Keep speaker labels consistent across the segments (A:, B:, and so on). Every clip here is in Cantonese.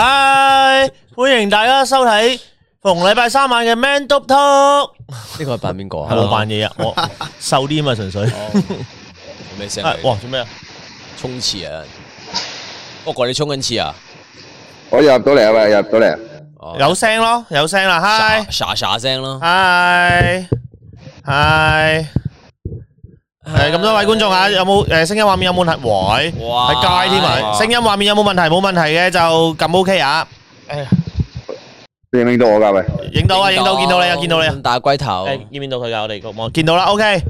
A: 嗨，歡迎大家收睇逢禮拜三晚嘅 Man Talk Talk。
B: 呢個係扮邊個啊？
A: 我扮嘢啊，我瘦啲嘛，純粹。
B: 有咩聲啊
A: 係？哇，做咩啊？
B: 沖廁啊！我怪你沖緊廁啊！
C: 我入到嚟啊，喂，入到嚟啊，
B: 哦
A: 有哎聲咯，有聲啦，嗨
B: 沙沙沙聲咯。
A: 嗨嗨。誒，咁多位觀眾啊，有冇誒聲音畫面有冇問題？喂，
B: 哎哇
A: 喺街添啊！聲音畫面有冇問題？冇問題嘅就撳 OK 啊！哎呀
C: 你影唔影到我噶喂？
A: 影到啊，影到，見到你啊，見到你啊！
B: 大龜頭。
A: 誒，見唔見到佢㗎？我哋個網見到啦，OK，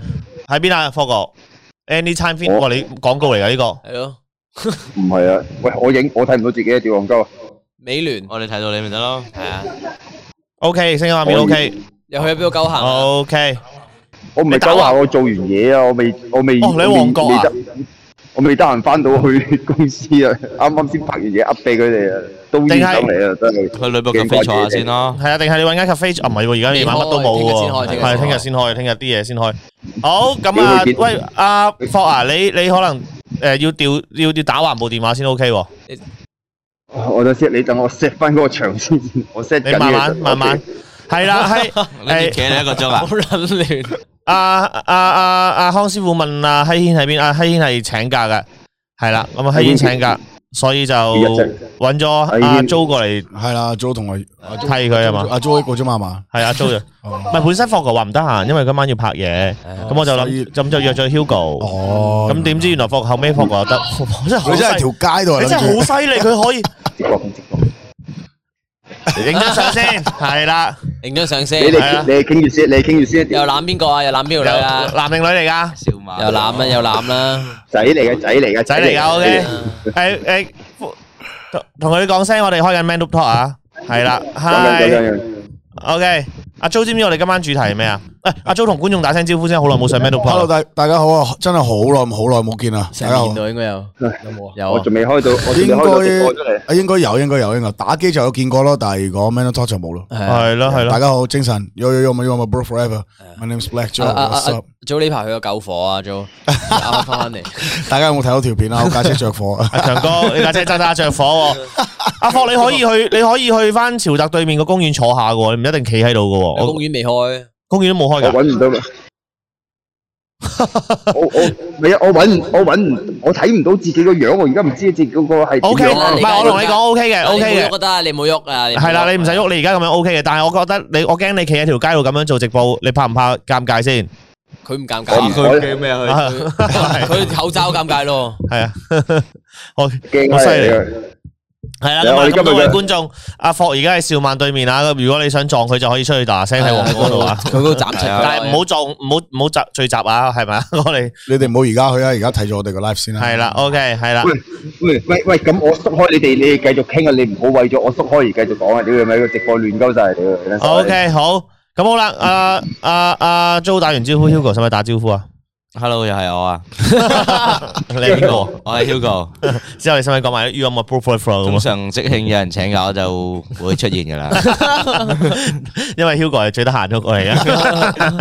A: 喺邊啊，科哥？Anytime Fit，
C: 我
A: 哇，你廣告嚟㗎呢個？
B: 係咯，
C: 唔係啊，喂，我影我睇唔到自己啊，吊戇鳩啊！
B: 美聯
D: 我哋睇到哦你咪得咯，系啊，
A: O K，聲音畫面 O K，O
B: 又去咗邊度鳩行啊？
A: K，
C: 我唔
A: 你
C: 係
A: 搞
C: 鳩
A: 啊
C: 下，我做完嘢啊，我未我未
A: 哦你喺
C: 我未
A: 旺角啊
C: 未得我未得閒翻到 去公司啊，啱啱先拍完嘢 update 佢哋啊，都要
A: 定係
C: 走嚟啊，真係
D: 去女仆咖啡坐下先咯。
A: 係啊，定係你揾間 cafe 啊？唔係喎，而家夜晚乜都冇喎，
B: 聽日先開
A: 係聽日先開，聽日啲嘢先開。好，咁啊，
C: 屌佢
A: 喂，阿科啊，你你可能誒要調要要打橫部電話先 O K 喎，
C: 我等先，你等我 set 翻嗰個場先，我 set
A: 你
C: 緊嘅
A: 慢慢慢慢
C: OK，
A: 係 啦，係
D: 你哋企你一個鐘
B: 好
D: 啊？
B: 撚亂。
A: 阿阿阿阿康師傅問阿希軒喺邊？阿希軒係請假嘅，係啦，咁啊希軒請假，所以就
C: 而家就
A: 揾咗阿 Jo 過嚟
E: 系啦，阿 Jo 同我阿
A: 替
E: Jo
A: 佢啊哦嘛，
E: 阿 Jo 一個啫嘛，係嘛？哦
A: 係阿 Jo 就。唔係本身霍哥話唔得閒，因為今晚要拍嘢，咁我就
E: 所以
A: 諗咁就約咗 Hugo。
E: 哦，
A: 咁點知原來霍後尾霍哥又得，哇真係好
E: 佢真係
A: 犀，
E: 條街度啊，
A: 你真係
E: 諗住
A: 好犀利，佢 可以
C: 直播直播，
A: 影張相先，係啦，
B: 影張相
C: 你
B: 先。
A: 係啊
C: 哋你哋傾住先，你哋傾住先，
B: 又攬邊個啊？又攬邊條女啊？
A: 男定女嚟㗎？
D: 笑
B: 又攬啦，又攬 啦。
C: 仔嚟嘅，仔嚟嘅，
A: 仔嚟㗎
C: 嘅
A: ，OK，誒誒，同同佢講聲，我哋開緊 Man Up Talk 啊，係啦
C: 講緊講緊
A: ，Hi。
C: 講緊
A: OK，阿 Jo 知唔知我哋今晚主題係咩啊？誒，阿 Jo 同觀眾打聲招呼先，好耐冇上 Man Up
E: Hello，
A: Talk 啦。
E: 大大家好啊，真係好耐好耐冇見啦，大
B: 成
E: 家好
B: 年。度應該有。有冇啊？有
C: 我
B: 啊。
C: 仲未開到，我仲未開到直播出嚟。
E: 啊應該有，應該有，應該有打機就有見過咯，但係如果 Man Talk 就冇咯。
B: 係啊。
A: 係咯係
E: 大
A: 咯，
E: 家好，精神，Yo yo yo，my yo my bro
A: 啊
E: forever，my name's Black
B: 阿阿阿
E: Joe，what's up？
B: Jo 呢排去咗救火啊，Jo 啱啱翻返嚟。
E: 大家有冇睇到條片啊？我架車着 火，
A: 阿強哥，你架車揸揸着火喎。阿霍，你可 以去，你可以去翻潮澤對面個公園坐下嘅喎，你唔一定企喺度嘅喎。
B: 公
A: 我
B: 園未開，
A: 公園都冇開
C: 我
A: 㗎。
C: 揾唔到佢。我我未啊！我揾唔我揾唔我睇唔到自己個樣，我而家唔知自己嗰個係點
A: O K，
C: 樣
B: 啦
A: 唔
B: 你
A: 係我同你講 O K 嘅，O
B: 你
A: K 嘅
B: 冇喐，得，你冇喐啊。
A: 係啦，你唔使。喐，你而家咁樣 O K 嘅。但係我覺得你，我驚你企喺條街度咁樣做直播，你怕唔怕尷尬先？
B: 佢唔尷
C: 我唔
B: 尬，
C: 我
D: 咩啊？
A: 啊係
B: 佢口罩尷尬咯。
A: 係啊，我
C: 驚
A: 好犀利
C: 啊！
A: 係啦，
C: 嚟
A: 咁啊
C: 我哋今
A: 咁
C: 日
A: 多位
C: 嘅
A: 觀眾，阿霍而家喺兆萬對面啊，咁如果你想撞佢就可以出去大聲喺黃哥度啊，
B: 佢嗰個斬出，
A: 但係唔好撞，唔好唔好集聚集啊，係咪啊？ 我哋
E: 你哋唔好而家去啊，而家睇咗我哋個 live 先啦。
A: 係啦，，OK，係啊啦，
C: 喂喂喂喂，咁我縮開你哋，你哋繼續傾啊！你唔好為咗我縮開而繼續講啊！屌你咪個直播亂鳩晒屌你真係
A: O K，好，咁好啦，阿阿阿 Jo 打完招呼，Hugo 使唔使打招 呼啊？
D: Hello，又係我啊，
A: 你係邊個？
D: 我係 Hugo。
A: 之後你使唔使講埋 You are my profile
D: 通
A: 咁啊？
D: 常即興有人請假我就會出現 噶啦。
A: 因為 Hugo 係最得閒嗰個嚟嘅。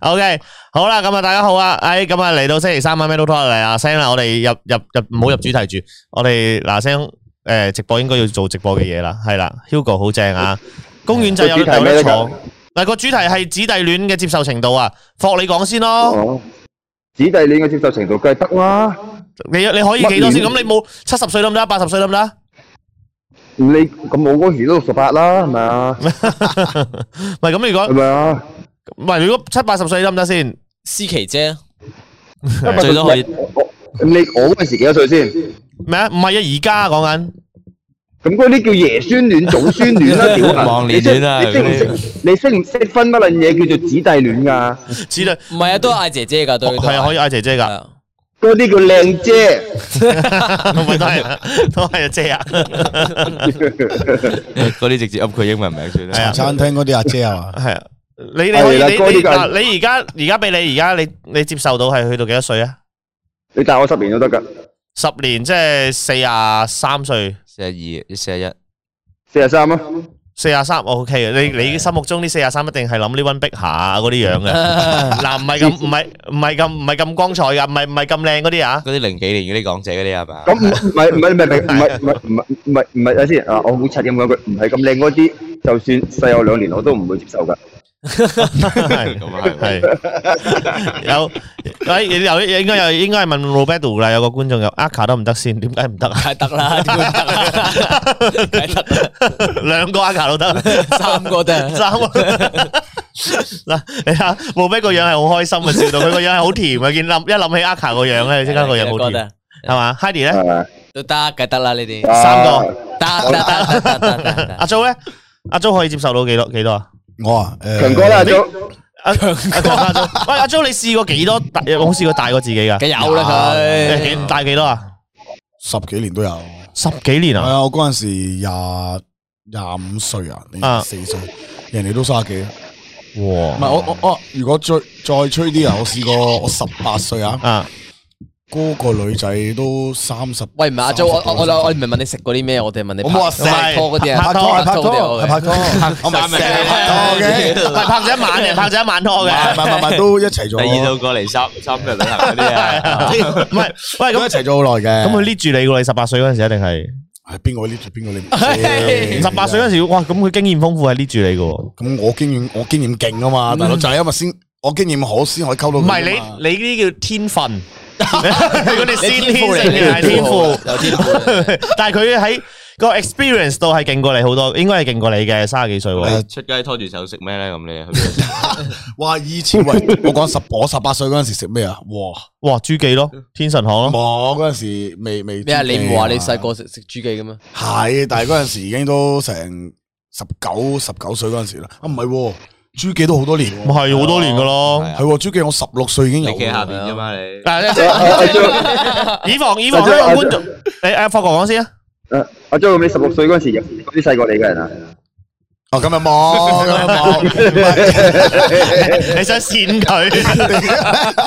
A: O K，好啦，咁啊，大家好啊，哎，咁啊，嚟到星期三晚咩都拖嚟啊，聲啦，我哋入入入唔好入主題住，我哋嗱聲誒直播應該要做直播嘅嘢啦，係啦，Hugo 好正啊，公園就有有
C: 個主題咩
A: 得
C: 咧
A: 坐。嗱個主題係姊弟戀嘅接受程度啊，霍你講先咯。
C: 哦，子弟戀嘅接受程度梗係得啦。
A: 你你可以幾多先？咁你冇七十歲得唔得？八十歲得唔 得？
C: 你咁我嗰時都六十八啦，係咪啊？
A: 唔係咁，如
C: 係
A: 果
C: 咪啊？
A: 唔係如果七八十歲得唔得先？
B: 思琪姐，
D: 最多可以
C: 我我咁你我嗰時幾多歲先？
A: 咩啊？唔係啊，而家講緊
C: 咁嗰啲叫爺孫戀、祖孫戀啦，屌啊！
D: 忘年戀啊
C: 你識你識唔識？你識唔識分乜撚嘢叫做子弟戀㗎？
A: 子女
B: 唔係啊，都係嗌姐姐㗎，對，
A: 係啊，可以嗌姐姐
B: 係
A: 㗎，
B: 啊。
C: 嗰啲叫靚姐。
A: 咪都係都係阿姐啊，
D: 嗰啲直接噏佢英文名算
A: 係
D: 啦。
A: 啊
E: 餐廳嗰啲阿姐係嘛？
A: 係啊。你你可以
C: 係啦
A: 你
C: 哥呢
A: 你
C: 個係
A: 嗱，你而家而家俾你而家你你接受到係去到幾多歲啊？
C: 你大我十年都得㗎，
A: 十年即係四啊三歲，
D: 四十二，四十一，
C: 四十三啊，
A: 四廿三我 OK 嘅，你你心目中呢四廿三一定係諗呢温碧霞嗰啲樣嘅，嗱唔係咁唔係唔係咁唔係咁光彩噶，唔係唔係咁靚嗰啲啊，
D: 嗰啲零幾年嗰啲港姐嗰啲係嘛？
C: 咁唔唔係唔係唔係唔係唔係唔係唔係唔係睇先啊！我好柒咁講句，唔係咁靚嗰啲，就算細我兩年我都唔會接受㗎。
A: 係
D: 咁啊係，
A: 係有喂有應該有應該係問 Roberto 啦，有個觀眾有 Aka 得唔得先？點解唔得啊？
B: 梗係得啦，點會唔得啊？梗係得啦，
A: 兩個 Aka 都得。
B: 三個得啊。
A: 三啊 嗱，你睇下冇咩個樣係好開心嘅，笑到佢個樣係好甜啊嘅，見諗一諗起阿 Ka 個樣咧，你即刻個樣好甜，係啊嘛？Hedy 咧，
C: 係
B: 都得嘅，得啦呢啲，
C: 啊
A: 三個
B: 得得得得得得得，
A: 阿 Jo 咧，阿 Jo 可以接受到幾多幾多 啊？
E: 我啊，誒
C: 強哥啦，都
A: 阿阿阿 Jo，喂阿 Jo，你試過幾多大？有冇試過大過自己噶？
B: 梗有啦
A: 誒
B: 佢，
A: 幾大幾多啊？
E: 十幾年都有。
A: 十幾年
E: 係
A: 啊？
E: 啊，我嗰陣時廿廿五歲啊，你
A: 啊
E: 四歲，人哋都卅幾啊。唔係
A: 哇！
E: 我我我，如果再再吹啲啊，我試過我十八歲啊，
A: 啊，
E: 嗰個女仔都三十。
B: 喂唔係阿 Jo，我我
E: 30
B: 我我唔係問你食過啲咩，我哋問你
E: 我冇話
B: 拍拍拖嗰啲啊，
E: 拍拖係拍拖係拍
B: 嗰啲
E: 拖，我唔係成日拍拖嘅，
A: 唔係拍咗一晚 嘅，拍咗一晚拖
E: 唔
A: 嘅。
E: 係唔係唔係都一齊
D: 第
E: 做，
D: 二度過嚟三三日旅行 嗰啲啊，
A: 唔係，喂
E: 都一
A: 咁
E: 齊做好耐嘅。
A: 咁佢 lead 住你喎，你十八歲嗰陣時一定係
E: 係邊個呢？邊個
B: 嘿
E: 你唔知？
A: 十八歲嗰陣時，哇！咁佢經驗豐富係 lead 住你嘅喎。
E: 咁我經驗我經驗勁啊嘛，大佬就係因為先我經驗好先可以溝到佢
A: 唔
E: 啊嘛。
A: 係你你呢啲叫天分， 佢哋先天
B: 你
A: 性定係天賦，
B: 有天賦。
A: 但係佢喺個 experience 度係勁過你好多，應該係勁過你嘅三十幾歲喎。
D: 出街拖住手食咩咧？咁你 去邊度食
E: 哇！以前喂，我講十我十八歲嗰陣時食咩啊？哇！
A: 哇，朱記咯，天神行咯，
E: 我嗰陣時未未
B: 咩啊？你唔話你細個食食豬記嘅咩？
E: 係，但係嗰陣時已經都成十九十九歲嗰陣時啦。啊，唔係喎，朱記都好多年
A: 咁
E: 喎，
A: 係好多年噶咯。
E: 係喎，朱記我十六歲已經有
D: 你企下
E: 喎。
D: 邊啫嘛你。
A: 嗱，即
C: 阿
A: 係
C: 阿 Jo
A: 以防以防
C: 我知
A: 香港
C: 我
A: 觀 眾，你誒霍哥講先啊。
C: 誒阿 Jo 咁你十六歲嗰陣時入啲細過你嘅人啊？
E: 哦，咁又冇，咁又啊冇，唔 係
A: 你想扇佢？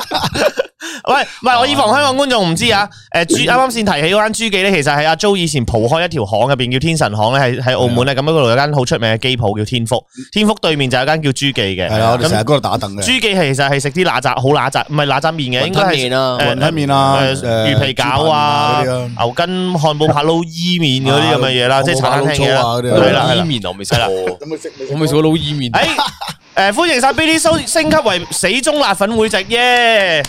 A: 喂，唔係我以防香港觀眾唔知啊。誒，朱
E: 嗯
A: 啱啱先提起嗰間朱記咧，其實係阿 Jo 以前蒲開一條巷入邊叫天神巷咧，係喺澳門咧，
E: 嗯
A: 咁嗰度有間好出名嘅機鋪叫天福，天福對面就有間叫朱記嘅。
E: 係啦，我哋成日
A: 咁
E: 喺嗰度打凳
A: 朱
E: 嘅，
A: 記其實係食啲乸雜，好乸雜，唔係乸雜麵嘅，
B: 雲
A: 應該
B: 吞
A: 係
B: 麵啊，
A: 誒
E: 雲吞麵啊，
A: 誒
E: 誒
A: 魚皮餃啊
E: 豬扒麵嗰啲啊啊
A: 牛筋漢堡扒撈伊麵嗰啲咁嘅嘢 啦，即係茶餐廳嘢啦
E: 漢堡扒撈粗啊嗰啲
A: 係
E: 啊
A: 啦，係
B: 撈
A: 啦。哎
B: 伊麵我未食過，
E: 咁你食你食
B: 我未食過撈伊麵。
A: 诶诶，誒歡呃迎晒 Billy 收升級為死忠辣粉會籍耶！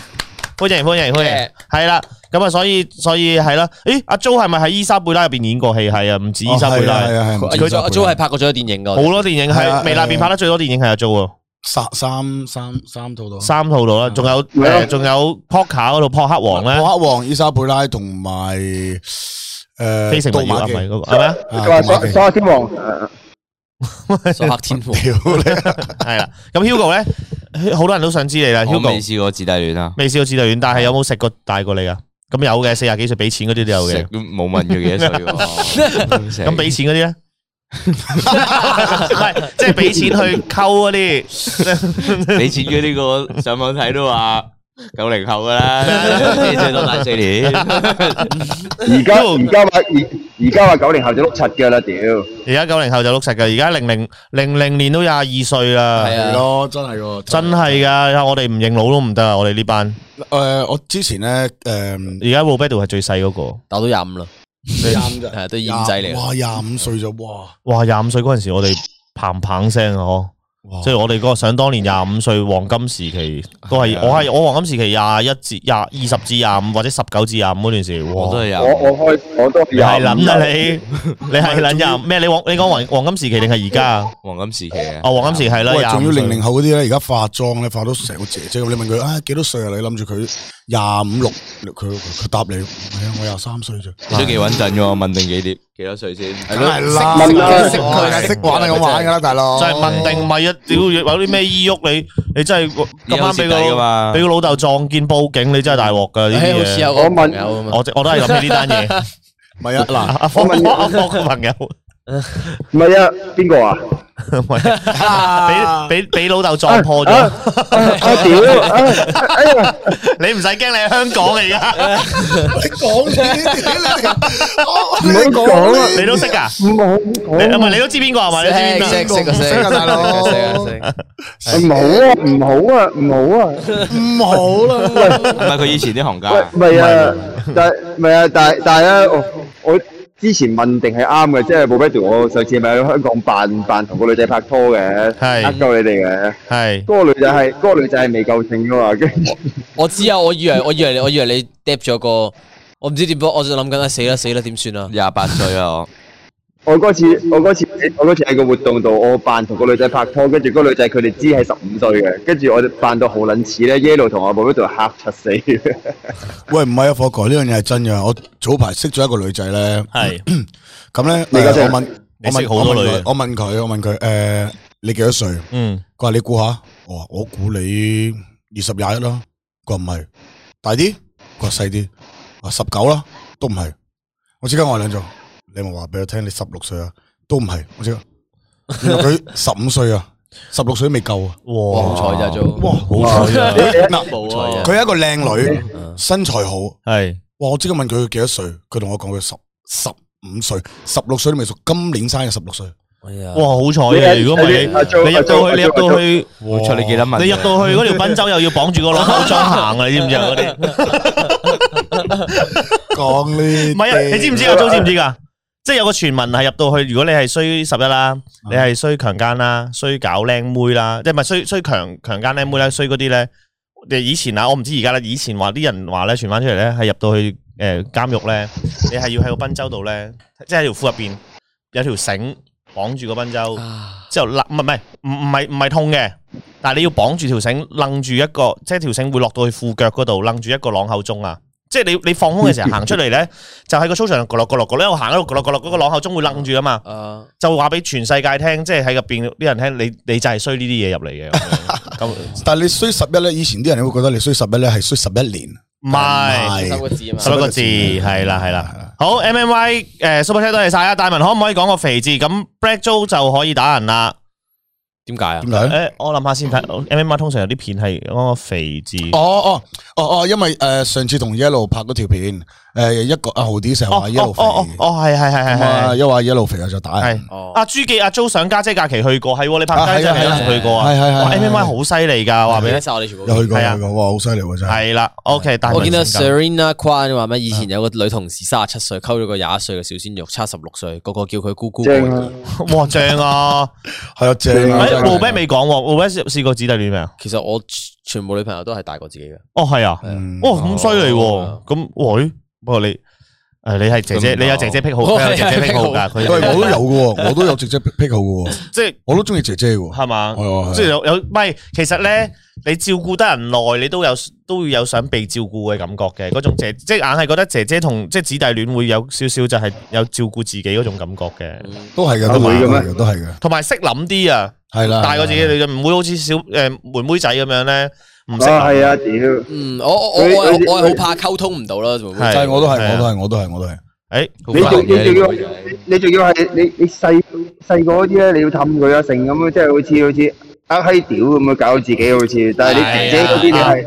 A: 歡迎歡迎歡迎
B: Yeah，
A: 係啦，咁啊，所以所以係啦，咦，阿 Jo 係咪喺《伊莎貝拉》入邊演過戲？係啊，唔止《伊莎貝拉》，
E: 係啊係啊，
B: 阿
E: 係啊
B: Jo 阿 Jo 係拍過咗電影噶，
A: 好多電影
E: 係
A: 係
E: 啊
A: 微辣邊拍得最多電影係阿 Jo 啊，
E: 三三三三套到。
A: 三套度啦，仲有
C: 係啊
A: 誒仲有 Poker 嗰度撲克王咧，
E: 我黑王伊莎貝拉同埋诶
A: 非誠勿擾啊，唔係嗰個係咪啊？
C: 佢話所所有天王誒
B: 黑天王。
A: 係啦，咁 Hugo 咧，好多人都想知你啦
D: 我未
A: ，Hugo
D: 試過自帶戀啊，
A: 未試過自導演，但係有冇食過大過你噶？咁有嘅，四廿幾歲俾錢嗰啲都有嘅
D: 食。都冇問佢幾多歲喎。
A: 咁俾錢嗰啲咧？ 唔係，即係俾錢去溝嗰啲，
D: 俾錢嗰啲個上網睇都話九零後噶 啦，即係最多大四年。
C: 而家而家話而而家話九零後就碌柒嘅啦，屌！
A: 而家九零後就碌實噶，而家零零零零年都廿二歲
B: 係
A: 啦，
B: 啊
E: 系咯，真係喎，
A: 真係噶，我哋唔認老都唔得啊！我哋呢班，
E: 诶，我之前咧诶
A: 而家 Roberto 係最細嗰個，
B: 但我都廿五啦，
E: 廿五
B: 係都係二五仔嚟㗎。
E: 哇廿五歲就哇，
A: 哇！廿五歲嗰陣時，我哋砰砰聲啊，嗬！
E: 哇
A: 即係我哋嗰個想當年廿五歲黃金時期，都係
D: 係啊
A: 我係我黃金時期廿一至廿二十至廿五或者十九至廿五嗰段時，
D: 我都
A: 哇！
D: 係
C: 我
D: 有。
C: 我開我都
A: 你係
C: 廿五
A: 諗啊你，你係諗廿咩？你黃你講黃黃金時期定係而家啊？
D: 黃金時期啊！
A: 哦，黃金時係啦，
E: 喂，
A: 廿
E: 仲要
A: 五歲
E: 零零後嗰啲咧，而家化妝咧化到成個姐姐咁，你問佢啊幾多歲啊？你諗住佢廿五六，佢佢佢答你，系啊，我廿三歲啫。
D: 都幾穩陣喎，問定幾點幾多歲先？
E: 梗係啦，
C: 識問啦
E: 識佢梗係識玩係咁玩噶啦，大佬。
A: 就係問定咪啊！屌有啲咩醫喐你，你真係
D: 呢
A: 今晚俾
D: 有蝕底㗎
A: 個
D: 嘛
A: 俾個老豆撞見報警，你真係大鑊㗎呢
B: 唉哎好
A: 啲
B: 似
A: 嘢。
B: 有個朋友咁啊，
A: 我我都係諗起呢 單嘢。
E: 唔係啊，嗱。
A: 阿阿方
C: 我問
A: 阿方個朋友
C: 唔係啊，邊個啊？
A: 俾俾俾老豆撞破咗
C: 啊，啊屌！啊哎呀，
A: 你唔使惊，你喺香港 嚟噶，
E: 你讲呢啲，你
C: 唔好講啊
A: 你都识噶，
C: 唔好講
A: 你唔系你都知边个系咪？你知边
B: 識
A: 个？
B: 識啊識
E: 識啊大佬
B: 識啊識啊
C: 唔好啊，唔好啊，唔好啊！
E: 唔好啦，
D: 唔係佢以前啲行家。
C: 喂，唔係啊，但唔係啊，但但係咧，我我之前問定係啱嘅，即係冇 b 我上次咪喺香港扮扮同個女仔拍拖嘅，
A: 係
C: 呃鳩你哋嘅。
A: 系
C: 嗰個女仔係嗰個女仔係未夠性噶嘛，跟住
B: 我知啊，我以為我以為你我以為你 d e 咗個，我唔知點，我就諗緊啊死啦死啦點算啊？
D: 廿八歲啊，我
C: 我嗰次我嗰次我嗰次喺個活動度，我扮同個女仔拍拖，跟住嗰個女仔佢哋知係十五歲嘅，跟住我哋扮到好撚似咧，yellow 同我冇 b 嚇出死。
E: 喂，唔系啊，火哥呢样嘢系真嘅。我早排识咗一个女仔咧，
A: 系，
E: 咁咧，
C: 你家
E: 誒
C: 姐
E: 我问，
A: 你
E: 我
A: 識
E: 问
A: 好多
E: 我問
A: 女啊
E: 佢
A: 嘅
E: 我问佢，我问佢，诶，你几多岁？
A: 嗯，
E: 佢话你估下，我話我估你二十廿一啦。佢話唔係，大啲，佢話細啲，啊十九啦，都唔係。我即刻我兩咗，你咪話俾我聽你十六歲啊，都唔係。我即刻，原來 佢十五歲啊，十六歲未夠啊。
A: 哇，
B: 好彩咋做，
E: 哇，
A: 好彩啊，嗯
B: 冇啊
E: 佢係一個靚女，身材好。
A: 系
E: 哇，我即刻問佢幾多歲，佢同我講佢十十五歲，十六歲都未熟，今年生嘅十六歲。
B: 哎呀
A: 哇，好彩啊！如果唔系
C: 阿
A: 你
C: Jo，
A: 你入到去，
C: 阿 Jo，
A: 你入到去。
E: 哇
D: 出你幾多問？
A: 你入到去嗰條賓州又要綁住個攞口槍行啊！你知唔知啊？我哋唔
E: 講呢？
A: 係啊！你知唔知啊？租知唔知噶？即係有個傳聞係入到去，如果你係衰十一啦，你係衰強姦啦，衰搞靚妹啦，即係唔係衰衰強強姦靚妹啦，衰嗰啲咧，誒以前啊，我唔知而家啦，以前話啲人話咧傳翻出嚟咧，係入到去誒監獄咧，你係要喺個賓州度咧，即係喺條褲入邊有條繩綁住個賓州。
B: 啊
A: 之後勒唔係唔係唔唔係唔係痛嘅，但係你要綁住條繩，楞住一個，即係條繩會落到去褲腳嗰度，楞住一個朗口鐘啊！即係你你放空嘅時候行出嚟咧，就喺個操場度落個落個落，一路行一路個落個落，嗰個朗口鐘會楞住啊嘛，
B: 啊
A: 就話俾全世界聽，即係喺入邊啲人聽，你你就係衰呢啲嘢入嚟嘅咁樣。咁
E: 但係你衰十一咧，以前啲人會覺得你衰十一咧係衰十一年。
A: 唔係。
B: 三個字啊嘛
A: 十一個字係啦係啦，好 M M Y 誒、Super Chat 多謝晒啊！大文可唔可以講個肥字咁 Black Joe 就可以打人啦？
B: 點解啊？
E: 点解
A: 誒、我諗下先睇 M M Y 通常有啲片係講個肥字。
E: 哦哦哦哦，因為诶上次同 Yellow 拍嗰條片，诶一個阿豪啲成日話 Yellow
A: 哦
E: 肥，
A: 哦，系系
E: 咁啊
A: 系
E: 又話 Yellow 肥啊就打人
A: 系系。
B: 哦
A: 阿朱記阿 Jo 上家姐假期去過，係你拍
E: 啊
A: 家姐
E: 係啊
A: 係
B: 係啊
A: 去過啊？
E: 係係係
A: 哇
E: 係
A: M M Y 好犀利㗎，話俾
B: 俾
A: 你
B: 得晒我哋全部
E: 又。去過
A: 係啊
E: 又去過，哇好犀利喎真係。
A: 係啦，OK，但
B: 我見到 Serena Kwan 話咩？以前有個女同事三十七歲，溝咗個廿歲嘅小鮮肉，差十六歲，個個叫佢姑姑。
C: 正啊！
A: 哇正 啊！
E: 係啊正啊
A: 诶，
E: 真係
A: 胡 b 未講喎，胡 b 試試過子弟戀未啊？
B: 其實我全部女朋友都係大過自己嘅。
A: 哦係啊，
E: 嗯
A: 哇咁犀利
B: 哦
A: 喎！咁喂，不過你诶你係姐姐，
D: 咁唔
A: 你有姐姐癖好，
E: 哦
B: 我
A: 佢有
B: 係
A: 姐姐癖好㗎，佢
E: 喂
A: 有
E: 我都有嘅喎，我都有姐姐癖好嘅喎，
A: 即係
E: 我都中意姐姐嘅喎。
A: 係嘛
E: 係啊係啊？
A: 即係有有唔係？其實咧，你照顧得人耐，你都有都會有想被照顧嘅感覺嘅嗰種姐，即係硬係覺得姐姐同即係姊弟戀會有少少就係有照顧自己嗰種感覺嘅，
B: 嗯
E: 都係嘅，都
C: 會
E: 係
C: 嘅咩
E: 嘅，都係嘅，
A: 同埋識諗啲啊！
E: 係啦。
A: 大個自己
E: 係啦
A: 你就唔會好似小誒妹妹仔咁樣咧，唔識
C: 啊，
A: 諗
C: 係啊，屌！
B: 嗯，我我我我係我係好怕溝通唔到啦，會唔會
A: 係
E: 就係我都
A: 係
E: 係，
A: 啊
E: 我都係，我都係，我都係。
A: 誒
D: 好
C: 你仲
D: 煩嘅
C: 你仲要
D: 呢個女
C: 你仲要係
D: 仔
C: 你你細細個嗰啲咧，你要氹佢啊，成咁啊，即係好似好似呃閪屌咁啊，搞到自己好似。但係你姐姐嗰啲你係，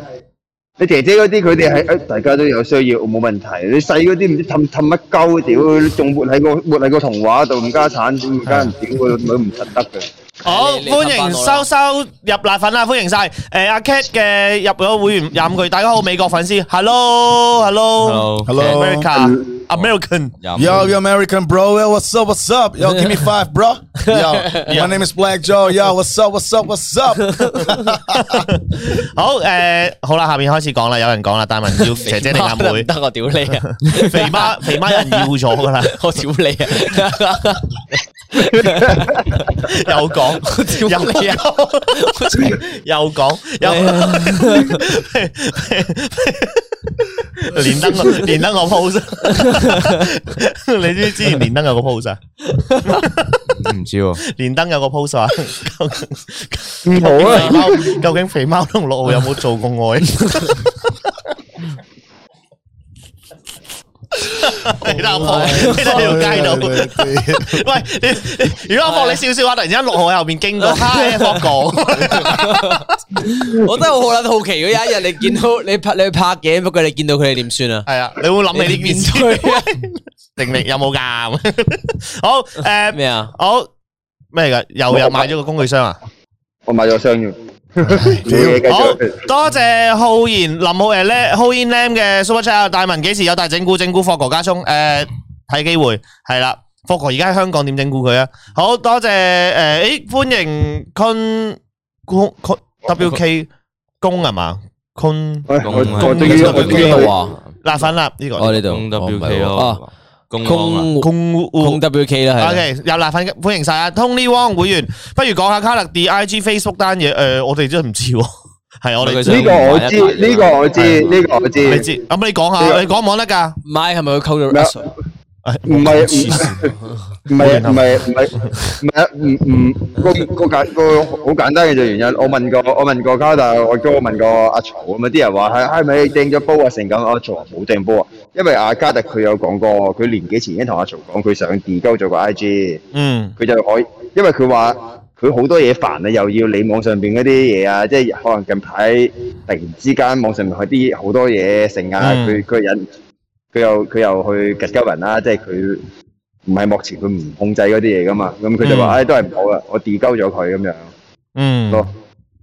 C: 你姐姐嗰啲佢哋係誒，大家都有需要，冇問題。你細嗰啲唔知氹氹乜鳩屌，仲活喺個活喺個童話度，唔家產，唔家人屌佢，佢唔實得嘅。
A: 好
B: 你你
A: 歡迎
B: 氹返我
A: 收
B: 啦
A: 收入辣粉啦，歡迎晒誒阿 Cat 嘅入咗會員廿五句，大家好美國粉絲，hello hello
D: Hello
E: Hello
A: America American。
E: Yo, you American bro, yo, what's up, what's up? Yo, give me five, bro. Yo, my name is Black Joe. Yo, what's up, what's up, what's up?
A: 好诶、誒好啦，下面開始講啦，有人講啦，戴 文要姐姐定阿妹
B: 唔，得我屌你啊！
A: 肥媽肥媽有人要咗噶啦，
B: 我屌你 啊！
A: 又
B: 我
A: 講
B: 屌
A: 又
B: 你啊！
A: 又講
B: 哎
A: 又 連登我連登我 pose，你知唔知之前連登有個 pose 啊？
D: 唔知喎，
A: 連登有個 pose 啊？究竟
C: 唔好
A: 肥
C: 啊！
A: 貓究竟肥貓同六號有冇做過愛？你睇阿婆，你睇 條街度。 喂，你你如果我放你笑笑話，突然之間六號喺後面經過，Hi Fogo，
B: 我真係好撚好奇嗰一日你見到你拍你去拍嘢，不過你見到佢哋點算啊？
A: 係啊，你會諗你呢件事
B: 你點面
A: 定力有冇㗎？好
B: 對
A: 誒，
B: 咩 啊？
A: 好咩嚟㗎？又又買咗個工具箱啊！
C: 我買咗箱要，冇嘢繼
A: 好
C: 續。
A: 多謝浩然林浩誒咧浩然 Lam 嘅 Super Chat，大文幾時有大整蠱整蠱霍哥家聰？誒睇機會係啦，霍哥而家喺香港點整蠱佢啊？好多謝誒，誒歡迎 Con Con Con WK 公係嘛？Con
C: 喂我
D: 公
C: 我
D: 公
C: 終於
D: 公
C: 我終於
D: 公
C: 去
B: 啊，
A: 辣粉啦呢
B: 我
A: 個
B: 呢度
D: 公
B: 哦唔
D: WK
B: 係喎啊
D: 嗯咯，公安
B: 空
D: 啊
A: 公
B: 空 WK 啦，係啦
A: OK 有辣粉嘅歡迎晒啊！Tony Wong 會員，不如講下卡勒迪 IG Facebook 單嘢誒，我哋真係唔知喎，係我哋
D: 佢想
C: 呢個我知，呢個我知，呢個我知。
A: 你知，咁你講下，你講唔講得㗎？
B: 唔係係咪佢溝咗
C: 咩啊
B: Russell？
C: 唔係唔係唔係唔係唔係唔唔個個簡個好簡單嘅就原因，我問過我問過卡大，我都問過阿曹咁啊，啲人話係係咪掟咗煲啊成咁，阿曹話冇掟煲啊，因為阿加特佢有講過，佢年幾前已經同阿曹講佢想 d 鳩做個 IG，
A: 嗯
C: 佢就可以，因為佢話佢好多嘢煩啊，又要理網上邊嗰啲嘢啊，即係可能近排突然之間網上面有啲好多嘢成啊，
A: 嗯
C: 佢佢引佢又佢又去吉鳩人啦，即係佢唔係幕前佢唔控制嗰啲嘢噶嘛，咁佢就
A: 嗯
C: 話唉都係唔好啦，我 d 鳩咗佢咁樣
A: 嗯。
C: 咯，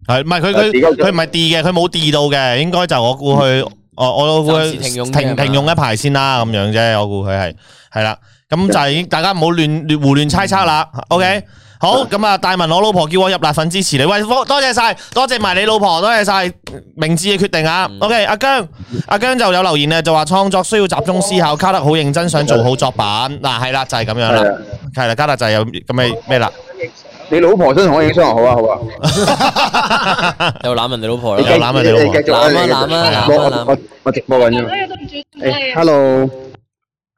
A: 係唔係佢佢佢唔係 D 嘅，佢冇 D 到嘅，應該就我估佢，
C: 嗯
A: 我我估佢
B: 暫時停用啫
A: 停
B: 係嘛
A: 停用一排先啦，咁樣啫，我估佢係係啦，咁
C: 嗯
A: 就係大家唔好亂亂胡亂猜測啦，OK。好
C: 嗯
A: 咁啊！大文，我老婆叫我入辣粉支持你，喂，多多謝晒，多謝埋你老婆，多謝晒明智嘅決定啊！OK，阿
B: 嗯
A: 姜，阿姜就有留言咧，啊就話創作需要集中思考，卡特好認真想做好作品，嗱係啦，就係咁樣啦
C: 係啊，
A: 係啦，卡特就係有咁嘅咩啦，
C: 你老婆想同我影相好啊好啊，
B: 又攬人哋老婆
A: 你
B: 啦
A: 繼。又攬啊你老婆
C: 繼續
B: 攬啊
C: 啊你繼續
B: 攬啊
C: 我
B: 攬啊
C: 我我我直播緊啫嘛，誒 hello。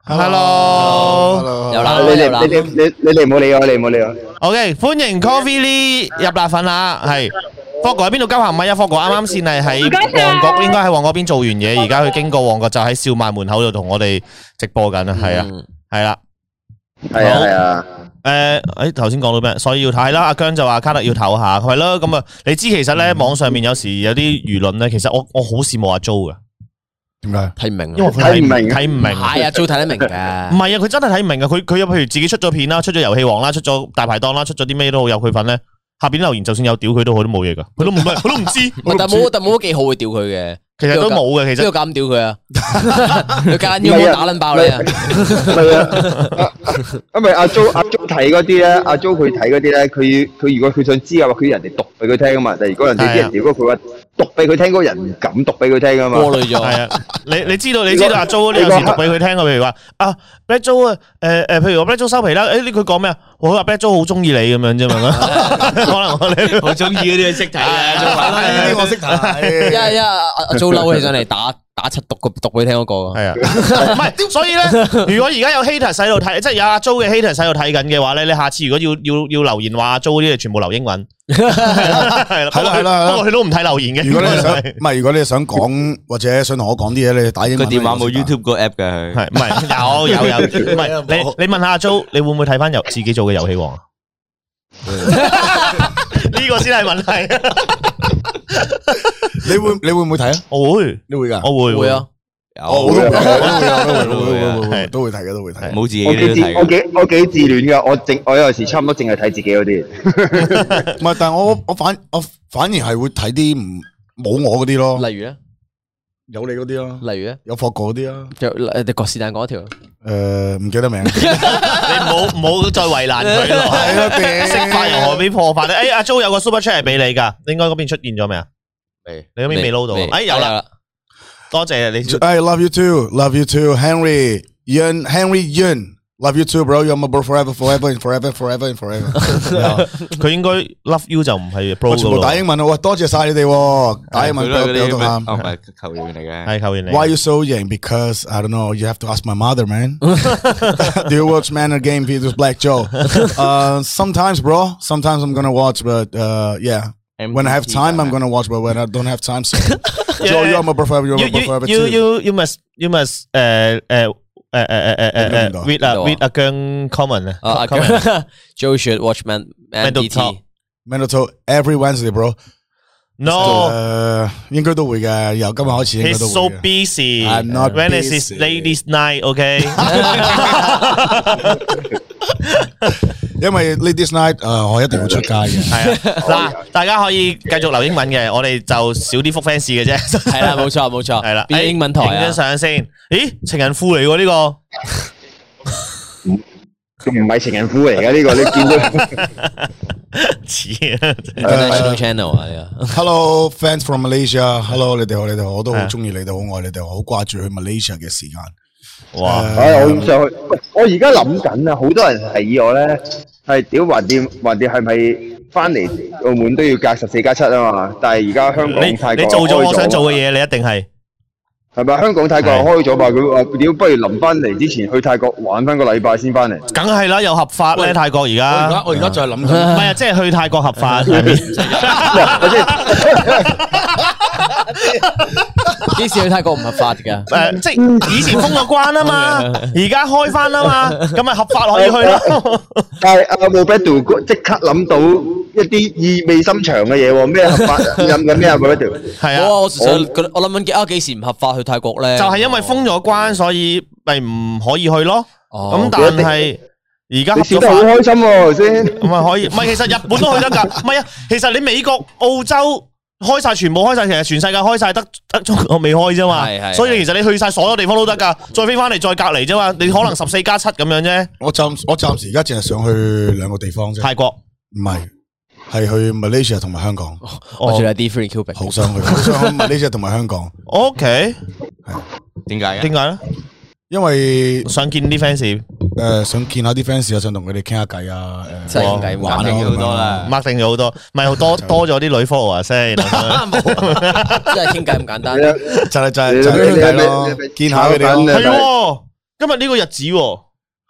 A: Hello。
B: 又
C: 啊
B: 攬
C: 你
B: 又攬
C: 哋你哋你你哋唔好理我，你唔好理我。
A: OK，歡迎 Coffee Lee 入辣粉啦，係。霍哥喺邊度交行米啊？霍哥啱啱先係
F: 唔該
A: 喺
F: 晒
A: 旺角，應該喺旺角邊做完嘢，而家佢經過旺角就喺兆萬門口度同我哋直播緊啊，係啊，
B: 嗯
A: 係啦。
C: 係啊係啊，
A: 誒，誒頭先講到咩？所以要睇啦。阿姜就話卡特要唞下，係咯。咁啊，你知其實咧網上面有時有啲輿論咧，其實我我好羨慕阿 Jo 嘅，
E: 点解？
B: 睇唔明啊，
A: 因為佢
C: 睇唔明
A: 睇唔明。
B: 係啊，都睇得明
A: 唔
B: 嘅。
A: 係啊，佢真係睇唔明啊！佢佢有譬如自己出咗片啦，出咗遊戲王啦，出咗大排檔啦，出咗啲咩都好有佢份咧。下邊留言就算有屌佢都好，都冇嘢噶，佢都唔係，佢都唔知，佢都
B: 但
A: 唔知
B: 冇但冇幾好會屌佢嘅，
A: 其實都冇嘅，其
B: 邊
A: 實
B: 度敢屌佢啊？你夾硬要我打撚爆你啊！
C: 係啊，啊因為阿 Jo 阿 Jo 睇嗰啲咧，阿 Jo 佢睇嗰啲咧，佢佢如果佢想知嘅話，佢要人哋讀俾佢聽啊嘛。但係如果人哋啲
A: 係啊
C: 人如果佢話讀俾佢聽，嗰個人唔敢讀俾佢聽啊嘛。
B: 過濾咗，
A: 係啊，你你知道你知道阿 Jo 你有時讀俾佢聽嘅，譬如話啊 Black Jo 啊，誒誒，譬如我 Black Jo 收皮啦，誒呢佢講咩啊？我話 Black Jo 好中意你咁樣啫嘛， 可能我哋
D: 好中意嗰啲識睇
E: 係啦，呢
D: 嘅，
E: 啲我識
B: 一
E: 睇。
B: 一阿阿 Jo 嬲起上嚟打打柒讀個讀俾你聽嗰個啊，
A: 係啊， 唔係，所以咧，如果而家有 hater 喺度睇，即係有阿 Jo 嘅 hater 喺度睇緊嘅話咧，你下次如果要要要留言話阿 Jo 嗰啲，你全部留英 文。係啦，不過佢
E: 係啦係啦
A: 不過佢都唔睇留言嘅。
E: 如果你想，
A: 係
E: 唔系如果你想講或者想同我講啲嘢，你打英
D: 佢
E: 文。
D: 電話冇
E: 我識打
D: YouTube 個 app 嘅佢。
A: 唔係有 有有，唔係你你問下阿 Jo，你會唔會睇翻遊自己做嘅遊戲 王啊？呢個先係問題。
E: 你會你會唔會睇啊？
A: 我會，
E: 你會㗎？
A: 我會，
B: 會啊，
E: 哦我都會，我都會，我都會我都會我都
A: 係
E: 會，都會睇嘅，都會睇。
D: 冇自己
C: 我
D: 嗰啲
C: 幾
D: 都
C: 自
D: 睇
C: 我
D: 嘅。
C: 幾我幾自戀噶，我淨我有時差唔多淨係睇自己嗰啲。
E: 唔係，但係我我反我反而係會睇啲唔冇我嗰啲咯，
B: 例如咧，
E: 有你嗰啲咯，
B: 例如咧，
E: 有霍哥嗰啲啊。
B: 就誒你各是但講一條，
E: 诶，唔記得 名。係
A: 你唔好唔好再為難佢 咯。
E: 啊，頂
A: 食飯又何必破飯咧？誒，阿 Jo 有個 super chat 係俾你㗎，應該嗰邊出現咗未啊？
D: 未
A: 你嗰邊未撈到啊？誒，有啦，
B: 啦，
A: 多謝你。
E: I love you too, love you too, Henry Yun, Henry Yun, love you too, bro. You're my bro forever, forever and forever, forever and forever。
A: 佢應該 love you 就唔係 bro
E: 我 全
A: 噶
E: 部
A: 咯
E: 打，英文啊！喂，多謝晒你哋喎，打英文
D: 佢都係嗰
E: 俾
D: 啲
E: 我讀
D: 咩哦，唔
E: 啱。
D: 係球員嚟嘅。
A: 係求完你。
E: Why you so young? Because I don't know. You have to ask my mother, man. Do you watch Man or Game Peter's Black Joe? Uh, sometimes, bro. Sometimes I'm gonna watch, but uh, yeah. When I have time, I'm gonna watch. But when I don't have time, so Joe, you're my bro forever. You're
A: you
E: my bro
A: you
E: forever
A: you
E: too.
A: you you must you must 誒誒诶诶诶诶诶诶
E: 邊度
A: ，with 啊
B: 邊度啊
A: with 阿姜 common 啊，
B: 啊
A: common
B: ờ, ，Joe should watch man man
A: Mental
B: D
A: Talk
B: T。
E: Mental Talk every Wednesday bro，
A: no。
E: 誒應該都會嘅，由今日開始應該
A: He's
E: 都會
A: so
E: 嘅
A: busy.
E: I'm not
A: When is his
E: busy.
A: ladies' night? Okay.
E: 因為呢啲 night 誒我一定會出街嘅，
A: 嗱，大家可以繼續留英文嘅，我哋就少啲复 fans 嘅啫。
B: 系啦，冇错冇错，
A: 係啦，
B: 变英文台
A: 哎影
B: 啊
A: 張，相先。咦，情人褲嚟喎呢個。
C: 唔係情人夫嚟嘅呢個，你見到
A: 似啊！
E: Ờ.
B: international channel à? 啊呢個，
E: Hello fans from Malaysia，Hello 你哋好，你哋好，我都好中意你哋，好愛你哋，我好掛住去 Malaysia 嘅時間。
A: 哇，
C: 唉，我好想去。喂，我而家諗緊啊，好多人提議我咧，係屌橫掂橫掂係咪翻嚟澳門都要隔十四加七啊嘛？但係而家香港
A: 你
C: 泰
A: 你
C: 國
A: 做咗我想做嘅
C: 嘢。
A: 嘢，你一定係
C: 系咪香港泰國開咗嘛？佢話屌，不如臨翻嚟之前去泰國玩翻個禮拜先翻嚟。
A: 梗係啦，有合法咧，
E: 喂
A: 泰國而
E: 我而
A: 家
E: 家我而家再 諗緊
A: 唔係啊，即係去泰國合法，係咪
B: 几时去泰国唔合法噶？
A: 誒即係以前封咗關啊嘛，而家開翻啊嘛，咁咪合法可以去咯。
C: 但係阿 m o b e d u 即刻諗到一啲意味深長嘅嘢喎，咩合 法飲緊咩啊 m o b e d u
A: 係
B: 我
A: 啊，
B: 我純粹覺得我谂紧啊，几时唔合法去泰国咧？
A: 就係因為封咗關，所以咪唔可以去咯。咁
B: 哦
A: 但係而家合
C: 你笑
A: 咗
C: 得好
A: 法。
C: 開心喎，頭先。
A: 咁啊可 以，唔係其實日本都去得㗎，唔係啊，其實你美國、澳洲開晒，全部開晒，其實全世界開晒，得得中國未開啫嘛
B: 係係。
A: 所以其實你去晒所有地方都得㗎，再飛翻嚟再隔離啫嘛。你可能十四加七咁 樣啫。
E: 我暫我暫時而家淨係想去兩個地方啫，
A: 泰國，
E: 唔係係去 Malaysia 同埋香港，
B: 我仲有 D three Cubic，
E: 好想去，好想去 Malaysia 同埋香港，
A: O K，
D: 点解嘅？
A: 點解咧？
E: 因為
A: 想見啲 fans
E: 诶想見下啲 fans 啊，想同佢哋傾下偈啊，誒
B: 真係傾偈
E: 玩啊
D: 玩咗好多啦
A: mark 定咗好多，咪 好多多咗啲女 follower 先。
B: 即係傾偈咁簡單。
E: 就係就
C: 你
E: 係就係傾偈咯
C: 你你，
E: 見下佢哋
C: 你
E: 咯
C: 你，
A: 係喎，今日呢個日子喎，哦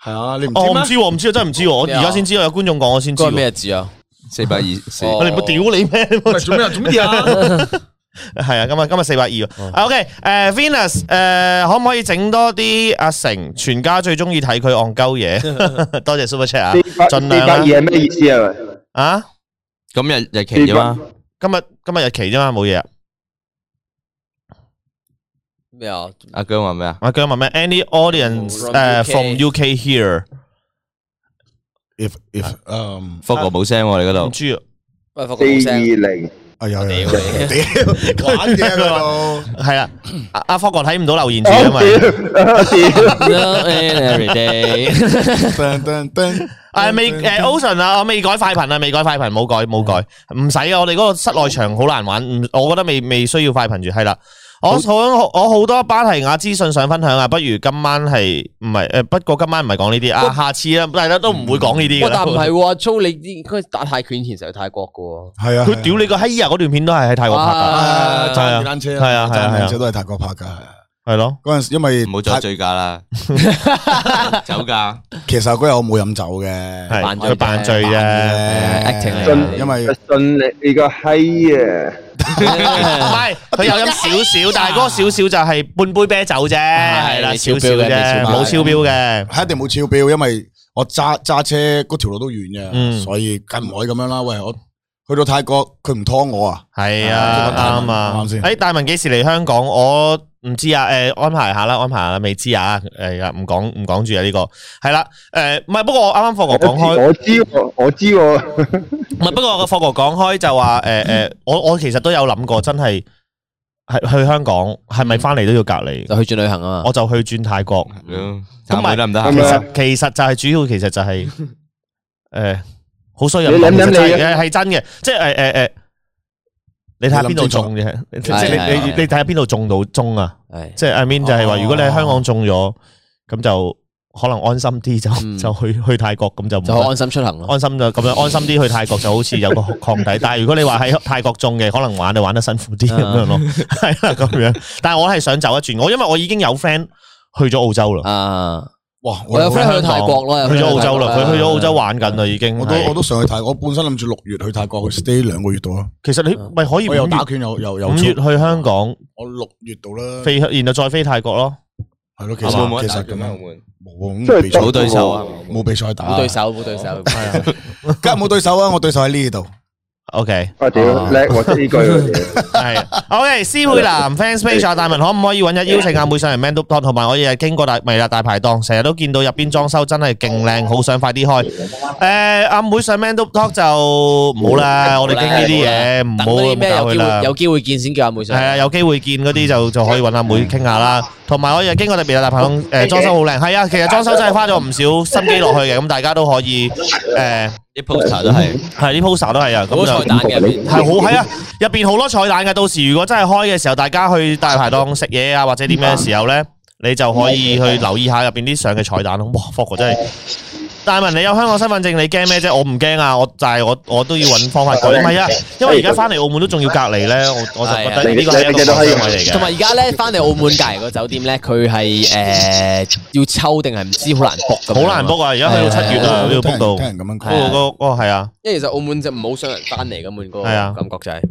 E: 係啊，你唔
A: 我唔
E: 知
A: 知喎，唔知啊，真係唔知喎，我而家先知道有觀眾講我先知
B: 嗰
A: 喎。
B: 個咩字啊？
D: 四百二四
B: 哦
A: 我哋冇屌你咩？
E: 咩？做咩啊？做乜嘢 啊？
A: 系啊，今日今日四百二啊。OK，诶、v e n u s 诶、可唔可以整多啲阿成全家最中意睇佢戇鳩嘢？多謝 Super Chat 啊，
C: 四百
A: 盡
C: 四百二
A: 量啦
C: 係咩意思啊？
A: 啊！
D: 咁日日期啫嘛，
A: 今日今日日期啫嘛，冇嘢啊。
B: 咩啊？
D: 阿姜话咩啊？
A: 阿姜問咩？Any audience 誒
B: From
A: from UK here？
E: ？If if 嗯，
D: 福哥冇声喎，你嗰
A: 唔
D: 度
A: 知啊，
B: 喂，發
C: 四
B: 覺冇
C: 二
B: 聲。
C: 零
E: 啊有有有
B: 屌你
E: 屌玩嘅佢度。
A: 係啊，阿阿 f o 睇唔到留言住，啊因
C: 哦
A: 為
C: 屌
B: Love and every day。
E: 噔噔噔，
A: 誒未誒 Ocean 啊，我未改快頻啊，未改快頻，冇改冇改，唔使啊，我哋嗰個室內場好難玩，唔我覺得未未需要快頻住，係啦。我好我好多巴提亞資訊想分享啊，不如今晚係唔係誒？不過今晚唔係講呢啲啊，下次啦，大家都唔會講呢啲
B: 喂
A: 㗎，啦
B: 但唔係喎，Jo 你應該打泰拳前成日去泰國噶喎。
E: 系 啊，
A: 佢屌你個閪啊！嗰段片都係喺泰國拍㗎，
E: 啊！
A: 係啊
E: 揸電單車
A: 係啊係啊
E: 揸電
A: 係啊
E: 單車都係泰國拍噶。
A: 係咯。
E: 嗰阵时因為
D: 唔好再醉 驾啦，酒驾
E: 其實嗰日我冇飲酒
A: 係
E: 嘅，
B: 扮醉
A: 佢扮醉啫，
E: 扮嘅
B: acting 嚟
C: 嘅
E: 因為
C: 信你你個閪啊！
A: 唔係佢有飲少少，但係嗰個少少就係半杯啤酒啫，係啦，
B: 未
A: 少
B: 超標
A: 少
B: 嘅未
A: 啫，
B: 超標
A: 冇超標嘅。
E: 係一定冇超標，因為我揸揸车嗰條路都遠嘅，
A: 嗯
E: 所以梗唔可以咁樣啦。喂，我去到泰國，佢唔拖我啊，
A: 系啊，
E: 啊
A: 啱啊
E: 啱先。
A: 诶，大文幾時嚟香港？我唔知啊，诶，安排下啦，安排下啦，未知啊。诶，唔講唔講住啊，呢個係啦。诶，唔係，不過我啱啱霍哥講開，
C: 我知我我知喎，
A: 唔係，不過我霍哥講開就話，诶诶，我我其實都有諗過，真係係去香港係
E: 嗯
A: 咪翻嚟都要隔離？
B: 就去轉旅行啊嘛。
A: 我就去轉泰國。
D: 咁咪得唔得
A: 其
C: 咁
D: 啊
C: 啊？
A: 實其實就係主要，其實就係 诶好衰人，
C: 你諗諗
A: 其實
C: 你
A: 真係係真嘅，即係诶诶诶，你睇下邊度中啫，即係
B: 係
A: 你
B: 係
A: 你你睇下邊度中到中啊！
B: 係
A: 即係 I mean 就係話，
E: 哦
A: 如果你喺香港中咗，咁就可能安心啲，就
B: 嗯
A: 就去去泰國咁就唔
B: 就安心出行咯。
A: 安心就咁樣安心啲去泰國就好似有個抗體。但係如果你話喺泰國中嘅，可能玩就玩得辛苦啲咁樣咯， 係啦咁樣。但係我係想走一轉，我因為我已經有 friend 去咗澳洲啦，
B: 啊，
E: 哇！
B: 我有 friend 去泰國咯，有
A: 去
B: friend
A: 咗澳洲啦，
B: 泰國
A: 佢去咗澳洲。玩緊啦已經。
E: 我
A: 係
E: 都我都想去泰，我本身諗住六月去泰國去 stay 兩個月度啊。
A: 其實你咪可以五
E: 我又打
A: 月
E: 拳又又又
A: 五月去香港
E: 我六月度啦，
A: 飛，然後再飛泰國咯。
E: 係系咯，其
D: 澳
E: 實
D: 門冇
E: 其實
D: 得打啊
E: 咁
D: 嘅咩？澳
E: 樣
D: 門
E: 冇
C: 即係
E: 冇比賽，
B: 冇對手啊，
E: 冇比賽打，
B: 冇對手，冇對手。
E: 係啊，梗係冇對手啊！我對手喺呢度，
A: OK。
C: 我屌叻喎，識呢句 喎，屌
A: 系，OK，施佩南 fans page 啊，大文可唔可以揾日邀請阿妹上嚟 Man Up Talk，同埋我日日經過大微辣大排檔，成日都見到入邊裝修真係勁靚，好想快啲開。诶，阿妹上 Man Up Talk 就唔好啦，我哋傾呢啲嘢，唔
B: 等
A: 好
B: 嗰
A: 咁
B: 啲咩
A: 搞
B: 有
A: 佢
B: 機
A: 啦
B: 會。有機會見先叫阿妹
A: 系
B: 上。
A: 啊，有機會見嗰啲就就可以揾阿妹
B: 嗯
A: 傾下啦。同埋我日日經過特別有大排檔，诶，裝修好靚。係啊，其實裝修真係花咗唔少心機落去嘅，咁大家都可以诶，
D: 啲 poster 都係
A: 係啲 poster 都係啊，咁
B: 好多
A: 就
B: 彩。蛋嘅入邊
A: 系好 係啊！入边好多彩蛋嘅，到時如果真係開嘅時候，大家去大排檔食嘢啊，或者點嘅時候咧，你就可以去留意下入边啲相嘅彩蛋咯。哇，霍哥真係！大文，你有香港身份證，你驚咩啫？我唔驚啊！我就係我我都要揾方法改。唔係啊，因為而家翻嚟澳門都仲要隔離咧，我我就覺得呢個係啊一個方向位嚟
B: 同
A: 嘅。
B: 埋而家咧，翻嚟澳門隔離個酒店咧，佢係誒要抽定係唔知，好難 book 咁。
A: 好難 book 啊！而家去到七月啦，都要 book 到
E: 聽人聽人咁樣講
B: 係啊
A: book 到嗰嗰個係啊，
B: 因為其實澳門就唔好想人翻嚟咁樣個
A: 係啊
B: 感覺就係。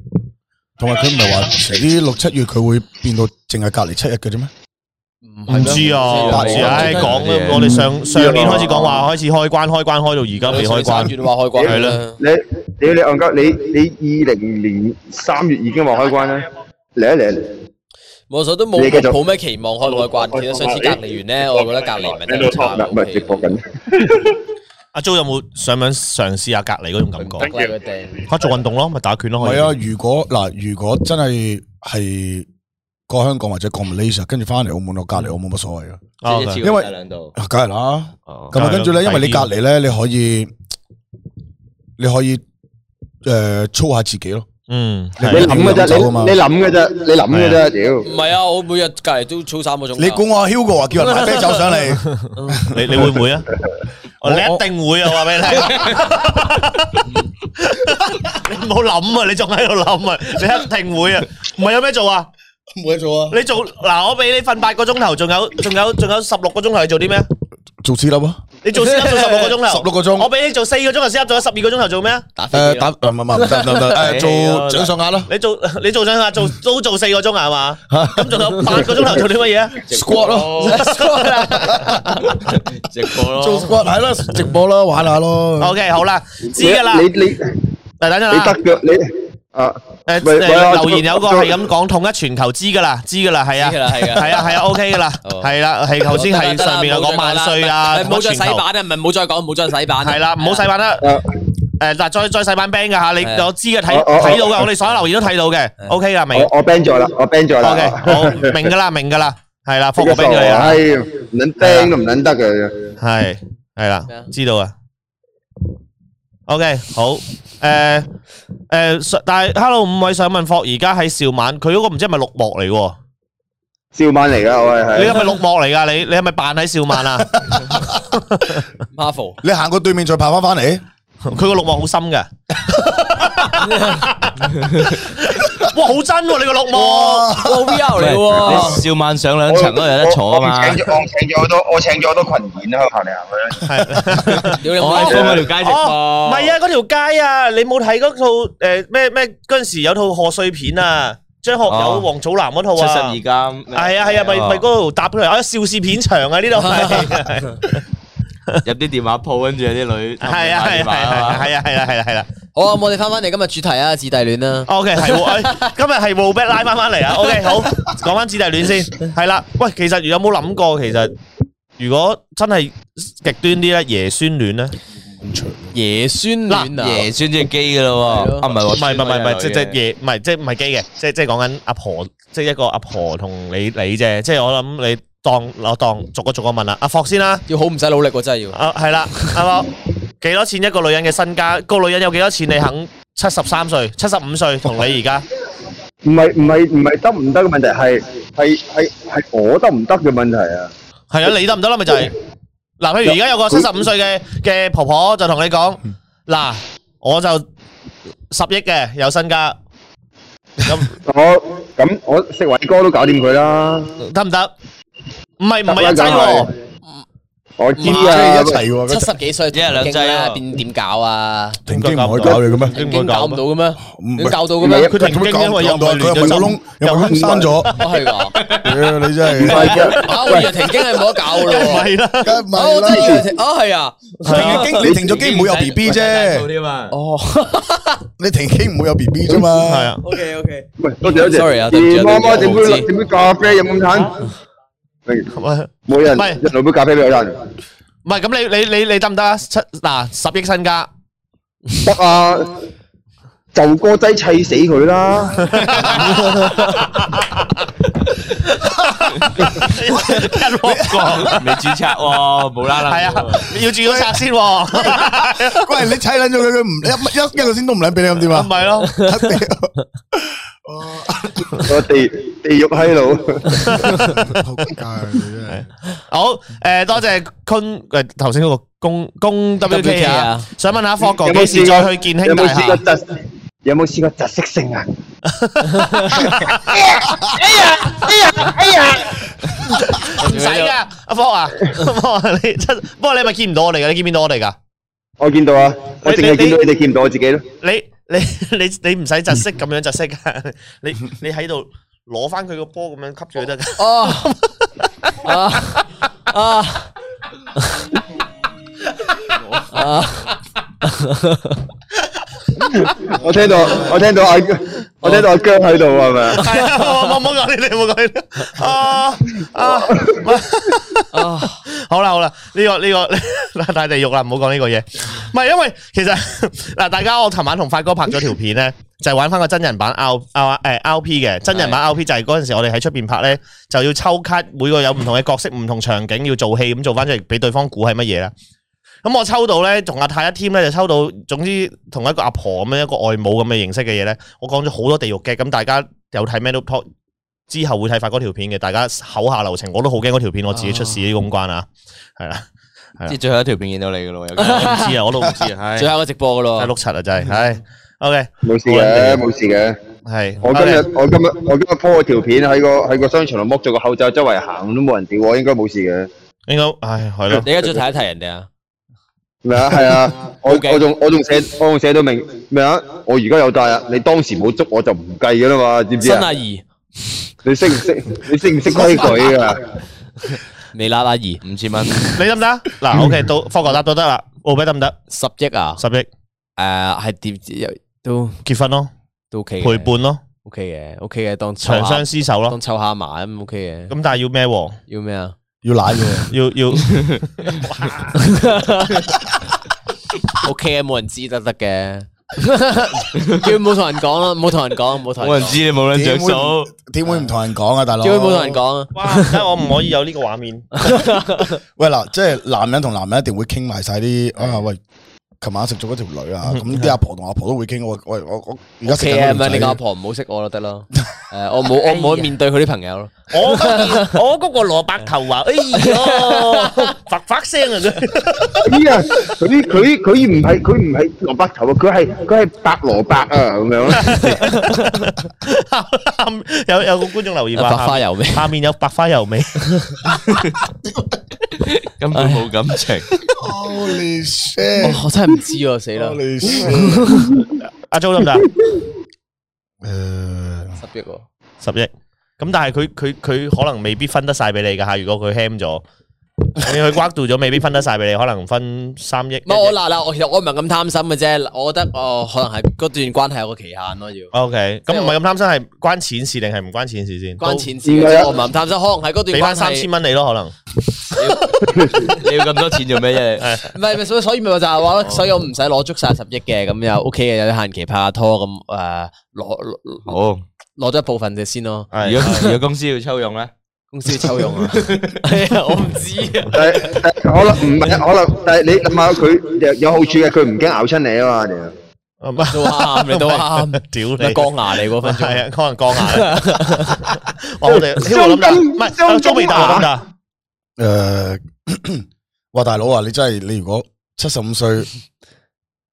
E: 同埋佢唔係話遲啲六七月佢會變到淨係隔離七日嘅啫咩？
A: 唔知啊，唔知啊。唉，講我哋上上年開始講話開始開關，開關開到而家未開關
B: 三。月話開關
A: 係
B: 啦
A: 啦。
C: 你屌你戇鳩，你你二零年三月已經話開關啦，嚟一嚟。
B: 我所都冇
C: 你繼續
B: 冇咩期望開唔開關。其實上次隔離完咧，我覺得隔離唔係真係好差
C: 唔係唔係直播緊，
A: 阿 Jo 有冇想唔想嘗試下隔離嗰種感覺？
B: 得啦佢哋。
A: 嚇做運動咯，咪打拳咯，
E: 唔
A: 可以
E: 係啊，如果嗱，如果真係係過香港或者過 Malaysia，跟住翻嚟澳門，我隔離我冇乜所謂嘅，
A: 啊
D: 即係一
A: ，OK
D: 次過
E: 因為
D: 打兩度。
E: 啊梗係啦。
D: 哦
E: 咁啊，跟住咧，因為你隔離咧，你可以你可以诶操下自己咯。
A: 嗯，
E: 你
A: 係
C: 你諗嘅啫，你你諗嘅啫，你諗嘅啫，屌！
B: 唔係啊，我每日隔離都操三個鐘㗎。
E: 你估我 Hugo 話叫人買啤酒上嚟？
A: 你你會唔 會啊？我
E: 我
A: 你一 定會啊！話俾你聽，你唔好諗啊！你仲喺度諗啊！你一定會啊！唔係有咩做啊？
E: 冇嘢做啊！
A: 你做嗱，我俾你瞓八個鐘頭，仲有仲有仲有十六個鐘頭，你做啲咩？
E: 做私粒啊！
A: 你做先做十六個鐘頭，
E: 16個鐘
A: 我俾你做四個鐘頭先做咗十二個鐘頭做咩啊？
B: 打飛
E: 诶，
B: 機
E: 打
B: 咯？
E: 唔唔唔得唔得唔 得，诶，做掌上壓啦
A: 你做你做想下做都做四個鐘啊，係嘛？咁仲有八個鐘頭做啲乜嘢啊？
E: ，squat 咯，
D: 直播咯，
E: 做 squat 係啦，直播啦，玩下咯。
A: OK，好啦，知噶啦，
C: 你
A: 嚟
C: 你你
A: 等陣啦。
C: 得嘅，你啊
A: 誒
C: 喂喂
A: 誒
C: 我
A: 留言有個
C: 我
A: 係咁講，統一全球知噶啦，知噶啦，係啊
B: 知㗎，啦係㗎
A: 係啊，係啊，OK à, 噶啦，
B: 哦
A: 係啦，係頭先係上面有講萬歲啊，
B: 唔好
A: 統
B: 再
A: 一
B: 洗
A: 全球
B: 版啊！唔係唔好再講，唔好再洗版。啊
A: 係啦，唔好洗版啦。
C: 啊
A: 誒嗱，再再洗版 ban 噶嚇，你
B: 係啊
A: 我知嘅，睇
C: 我我
A: 睇到嘅，
C: 我
A: 我哋所有留言都睇到嘅，OK 啦，明
C: 我我 ban 咗啦，我 ban 咗啦。
A: ，OK，好，明噶啦，明噶啦，係啦，覆個 ban 咗你啦，
C: 哎呀唔撚 ban 都唔撚得嘅。
A: 係係啦
B: 咩啊，
A: 知道啊。OK，好，誒誒，上但係 Hello 五位想問霍，而家喺兆晚，佢嗰個唔知係咪綠幕嚟喎？
C: 照晚嚟噶，我
A: 你
C: 係
A: 係
C: 係。
A: 咪綠幕嚟噶？你你係咪扮喺兆萬啊？
B: Marvel
E: 你行過對面再爬翻翻嚟，
A: 佢個綠幕好深嘅。哇，好真喎！你個綠幕，
B: 哇 VR 嚟喎，
D: 你笑晚上兩層都有得坐啊嘛
C: 我。請咗我請咗好多，我請咗好多群演啦，行嚟行去啦。
B: 屌你
D: 我喺
B: 媽！
D: 嗰條街直播，
A: 哦，唔係啊，嗰條街啊，你冇睇嗰套诶咩咩嗰陣時有套賀歲片啊，張學友、
D: 哦
A: 黃祖藍嗰套
D: 七十
A: 啊
D: 二，監。
A: 係啊係啊，咪咪嗰度搭出嚟啊，邵氏片場啊呢度係。
D: 入啲電話鋪，跟住有啲女
A: 系啊系啊系啊系啊系啊系啊系啦
B: 好啊，我哋翻翻嚟今日主題啊，姊弟戀啦。
A: ，OK 系喎，今日係 r o b e t 拉翻翻嚟啊，OK 好，講翻姊弟戀先，係啦，喂，其實有冇諗過，其實如果真係極端啲咧，爺孫戀咧，唔
B: 爺孫戀啊，
D: 爺孫即係基噶
B: 係
D: 咯
B: 咯
D: 喎，啊唔係喎，
A: 係唔係唔係唔係，即即
D: 係
A: 爺唔係即唔係基嘅，即即講緊阿婆，即一個阿婆同你你啫，即我諗你當我當逐個逐個問啦，阿霍先啦，
B: 要好唔使努力喎，真係要。
A: 啊係啦，阿霍幾多錢一個女人嘅身家？個女人有幾多錢？你肯七十三歲、七十五歲同你而家？
C: 唔係唔係唔係得唔得嘅問題，係係係係我得唔得嘅問題啊！
A: 係啊，你得唔得啦？咪就係嗱，譬如而家有個七十五歲嘅嘅婆婆就同你講嗱，我就十億嘅有身家，咁
C: 我咁我食偉哥都搞掂佢啦，
A: 得唔得？唔係唔係
C: 得啦
A: 人仔喎
C: 梗係，我知
B: 唔
C: 啊，
E: 係即係一齊喎
B: 七十幾歲
D: 一日兩劑啊
B: 啦，
D: 喎
B: 點點搞啊？
E: 停經唔可以搞嘅咩？
B: 已經
A: 啊
B: 搞唔到嘅咩？
E: 唔
B: 你
E: 係
B: 教到嘅咩？
A: 佢
E: 佢
A: 停經
E: 點解
A: 因為
E: 搞
A: 有
E: 到？佢又咪個窿，又咪個窿閂咗？
B: 我哦係㗎，
E: 屌你真
C: 唔係
E: 係，
C: 嘅，
B: 啊！我以為停經係冇得搞 咯喎。
A: 系啦，
E: 梗係唔
B: 啊！我
E: 係
B: 真係以
E: 啦
B: 為停啊，係啊，ờ,
E: 停經你停咗經唔會有 B B 啫，
B: 哦
E: 你停經唔會有 B B 啫嘛。
A: 系啊，
B: ，OK OK，
C: 喂，多謝多謝。
B: Sorry 啊對唔住啊
C: 而媽媽
B: 對唔
C: 整
B: 住
C: 杯
B: 我唔知
C: 整杯咖啡有冇睇？喂
A: 喂
C: 冇人，
A: 唔係
C: 一攞杯咖啡俾我人。
A: 唔系咁你你你你得唔得啊？七嗱十亿身家，
C: 得啊，就歌仔砌死佢 啦！
A: 一镬过
D: 未註冊喎，冇啦啦。
A: 系啊，要住咗拆先喎，
E: 喂，你砌撚咗佢，佢唔一一一個先都唔撚俾你咁點
A: 唔
E: 啊？
A: 系咯。
C: 我地地獄閪佬，
E: 好尷尬
A: 好，诶，多謝坤诶，头先嗰個公公 WK
B: WK
A: 啊
B: 啊，
A: 想問下霍哥
C: 有
A: 幾
C: 冇
A: 時
C: 試
A: 再
C: 過
A: 去建興
C: 有
A: 大
C: 冇試過
A: 廈？
C: 窒？有冇試過窒息性啊？
A: 唔使噶，阿科 啊，科啊，你真，不過你咪見唔到我哋噶，你見唔見到我哋噶？
C: 我見到啊，我淨係見到
A: 你
C: 你哋見唔到我自己咯。
A: 你你你你唔使窒息咁樣窒息 噶，你你喺度攞翻佢個波咁樣吸住佢得 㗎。
B: 哦，啊啊啊！
C: 我聽到我聽到阿我聽到阿姜喺度係咪啊？
A: 係啊，冇冇講你哋，冇講你哋。啊啊！
B: 啊！
A: 好啦好啦，呢、個呢、個 嗱大地獄啦，唔好講呢個嘢。唔係因為其實 嗱，大家我琴晚同發哥拍咗條片咧，就係玩翻個真人版 R R 诶 R P 嘅真人版 R P 就係嗰阵时我哋喺出边拍咧，就要抽卡，每個有唔同嘅角色、唔同場景要做戲咁做翻出嚟俾對方估係乜嘢啦。咁我抽到咧，同阿太一 team 咧就抽到，總之同一個阿婆咁樣一個外母咁嘅形式嘅嘢咧，我講咗好多地獄嘅，咁大家有睇 Metal Talk 之後會睇發嗰條片嘅，大家口下留情，我都好驚嗰條片我自己出事呢公關啊！系啦，
D: 即係最後一條片見到你㗎咯，有機會。
A: 唔知啊，我都唔知 啊，唉，
B: 最
A: 真
B: 後一個直播噶
A: 係
B: 咯，
A: 碌柒啊，真係，唉，OK，
C: 冇事嘅，冇事嘅。
A: 係，
C: 我今日我今日我今日 po 咗條片喺個喺個商場度剝咗個口罩，周圍行都冇人屌我，應該冇事嘅。
A: 應該，唉，係 咯，
B: 你而家再睇一睇人哋啊！
C: 咩啊？係 啊，我
B: Okay
C: 我仲我仲寫我仲寫到明咩啊？我而家有帶啊！你當時冇捉我就唔計噶啦嘛，知唔知
B: 新
C: 啊
B: 阿？姨，
C: 你識唔識？你識唔識規矩啊？
B: 微辣阿姨，
D: 五千蚊。
A: 你得唔得？嗱，OK，到科學答都得啦，澳比得唔得？
B: 十億啊！
A: 十億
B: 誒係點都
A: 結婚咯，
B: 都 OK 嘅
A: 陪伴咯，
B: ，OK 嘅，OK 嘅，當抽
A: 長
B: 下
A: 相厮守咯
B: 當，抽下馬咁 OK 嘅。
A: 咁但係要咩喎？
B: 要咩啊？
E: 要奶嘅。
A: 要 要
B: OK 嘅，冇人知得得嘅。 叫佢冇同人講啦，冇同人講，冇同人講，
D: 冇人知你冇撚着數。
E: 點會唔同人講啊，大佬？
B: 叫佢冇同人。講啊。
A: 哇！唔得我唔可以有呢個畫面，
E: 喂嗱，即係男人同男人一定會傾埋晒啲啊喂。琴晚食咗嗰條女啊，咁啲阿婆同阿婆都會傾。我喂我我而家食
B: K
E: 緊嗰
B: M
E: 條
B: 啊，你個阿
E: 仔，
B: 婆唔好識我咯，得咯。誒，我冇我唔好面對佢啲朋友咯。
A: 我我嗰個蘿蔔頭話，哎呀， 發發聲啊佢，
C: 咦啊！佢啲佢啲佢唔係佢唔係蘿蔔頭啊！佢係佢係白蘿蔔啊咁樣。
A: 有 有個觀眾留言話
B: 白花油味
A: 下面有白花油味。
D: Ờ. 根本冇感情。
E: Holy
B: 我
E: shit！
B: 哦我真係唔知喎，死啦！
E: Holy shit！
A: 阿 Jo 得唔得？啊
E: 誒
B: 十億喎，
A: 十億。咁但係佢佢佢可能未必分得晒俾你噶吓，如果佢 ham 咗，你佢刮到咗，未必分得晒俾你，可能分三億。
B: 唔係我嗱嗱，我其實我唔係咁貪心嘅啫，我覺得我可能係嗰段關係有個期限咯，要
A: O K，咁唔係咁貪心，係關錢事定係唔關錢事先？
B: 關
A: 都
B: 錢事嘅
C: 點解啊
B: 啫，我唔係咁貪心，可能係嗰
A: 俾
B: 段關
A: 翻
B: 係
A: 三千蚊你咯，可 能。
D: 你要咁多錢做咩啫？
B: 唔係，咪所以所以咪就係話咯，所以我唔使攞足晒十億嘅，咁又 OK 嘅，有啲限期拍下拖咁誒，攞攞攞咗一部分嘅先咯，
A: 係
D: 如果-如果公司要抽佣呢？
B: 公司要抽用 啊，係啊，我唔知啊，
C: 但係但係可能唔係啊可能，但係你諗下佢有有好處嘅，佢唔驚咬親你啊嘛。屌
A: 唔係
B: 都 啱，你 都啱，
A: 屌
B: 咪
A: 你！
B: 光牙你嗰分
A: 系
B: 鐘，
A: 啊，可能降 下啦。哇我哋呢個諗得，唔係阿 Jo 未得諗得。
E: 诶， 哇大佬啊，你真係你如果七十五歲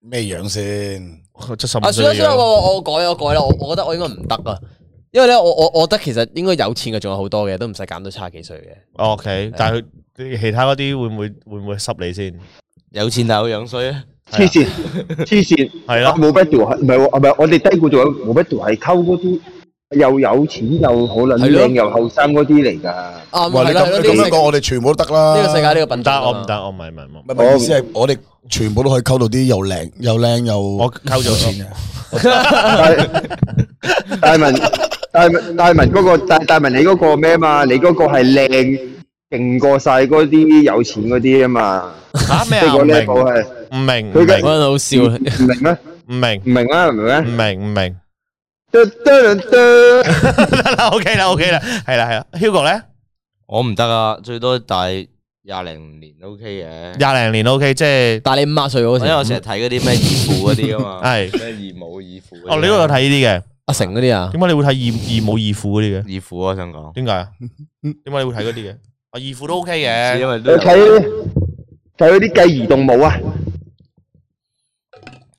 E: 咩樣先？
A: 七十
B: 啊，
A: 五
B: 算啦
A: 歲
B: 算啦，我我改我改啦，我我覺得我應該唔得啊，因為咧我我我覺得其實應該有錢嘅仲有好多嘅，都唔使減到差幾歲嘅。
A: O K，但係佢其他嗰啲會唔會會唔會濕你先？
D: 有錢但係好樣衰啊！
C: 黐 線，黐線，
A: 係
C: 啊
A: 咯，
C: 冇 battle 係唔係喎？唔係我哋低估咗冇 battle 係溝嗰啲又有錢又好撚
B: 係咯
C: 靚又後生嗰啲嚟㗎。
B: 啱
E: 哇！
B: 啊係
E: 你
B: 啦，係啦呢
E: 咁你咁
B: 個
E: 样
B: 世
E: 讲，我哋全部都得啦。
B: 呢個世界哦呢個
A: 唔得，
B: 品種啊嘛
A: 我唔得，我唔係唔係冇，
E: 唔係唔係意思係我哋全部都可以溝到啲又靚又靚又
A: 我溝咗
E: 錢
B: 啊
E: 嘅。
C: 但大文，大文，大文嗰、個大大文你嗰個咩嘛？你嗰個係靚勁過晒嗰啲有錢嗰啲啊嘛。
A: 吓咩
C: 即
A: 啊？
C: 係
A: 唔
C: 個
A: 明
C: level 係
A: 唔明
C: 佢
B: 嗰
C: 嘅
B: 陣好笑啊，
C: 唔明咩？
A: 唔明
C: 唔明啊，唔
A: 唔
C: 明咩？
A: 明唔 明
C: 嘟嘟嘟嘟
A: 得啦，OK 啦，OK 啦，係啦係啦，Hugo 咧
D: 我唔得啊，最多大廿零年 OK 嘅，
A: 廿零年 OK，即係
B: 但係你五廿歲嗰
D: 因為我成日
B: 時，
D: 睇嗰啲咩義父嗰啲啊嘛，
A: 係
D: 咩義母義父嗰啲啊。
A: 哦，你都有睇呢啲嘅，
B: 阿成嗰啲啊，
A: 點解你會睇義義母義父嗰啲嘅？
D: 義父啊？我想講，
A: 點解啊？點解你會睇嗰啲嘅？啊，義父都 OK
D: 因
A: 嘅，
D: 為都
C: 你
D: 有
C: 睇睇嗰啲計移動舞啊！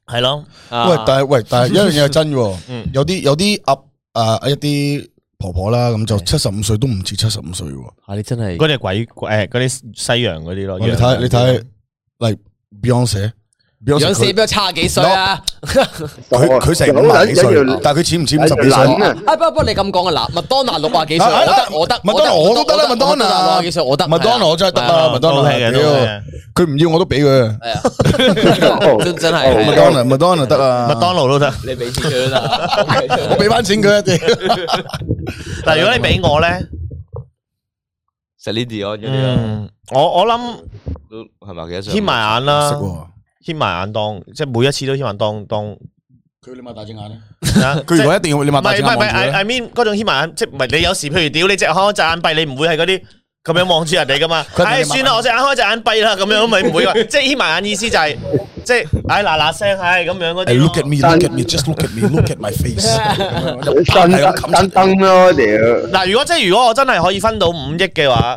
A: 係咯，
B: 啊
E: 喂，但係喂，但係一樣嘢係真嘅喎
A: 嗯，
E: 有啲有啲阿啊一啲婆婆啦，咁就七十五歲都唔似七十五歲喎。
B: 啊你真係
A: 嗰啲鬼誒嗰啲西洋嗰啲咯。
E: 你睇你睇，嚟 Beyonce，Beyonce
B: 樣死
E: 佢
B: 比我差幾歲啊？
E: 佢佢成五廿幾歲，但係佢似唔似五十幾歲？
C: 撚啊！
B: 啊不不，你咁講嘅嗱，麥當娜六廿幾歲，
E: 啊
B: 我
E: 啊
B: 得我得，
E: 麥當娜我都得啦，麥當
B: 六
E: 娜
B: 廿幾歲我得，啊
E: 麥當娜我真係得啦，麥當
A: 都
E: 娜
A: Ờ, OK 嘅，都 OK 嘅。
E: 屌佢唔要我都俾佢，
B: 係啊，
C: 真
B: 真真係
E: 麥
B: 係
E: 當娜麥當娜得啊，
A: 麥當勞都得，
D: 你俾錢佢都得啊，
E: 我俾翻錢佢啊，屌
A: 但係如果你俾我咧，
D: 食呢啲我嗰啲啊
A: 嗯，我我諗
D: 都係咪幾多歲？
A: 牽埋眼
E: 唔識
A: 啦，
E: 喎
A: 牽埋眼當，即係每一次都牽埋眼當當。
E: 佢你擘大隻眼咧，
A: 啊
E: 佢如果一定要你擘
A: 唔
E: 大
A: 係
E: 隻
A: 唔係
E: 眼
A: 唔係
E: 望住佢
A: ，I
E: 呢
A: I mean 嗰種牽埋眼，即係唔係你有時譬如屌你隻眼開隻眼閉，你唔會係嗰啲咁樣望住人哋噶嘛？
E: 佢一定
A: 唉，
E: 要慢慢
A: 算啦，我隻眼開隻眼閉 啦，咁樣咪唔會話，即係牽埋眼意思就係即係唉嗱嗱聲，唉咁樣嗰
E: 哎
A: 啲
E: look at
A: 咯。
E: me, look at me, just look at me, look at my face。
C: 燈燈燈燈咯，屌！
A: 嗱，如果即係如果我真係可以分到五億嘅話，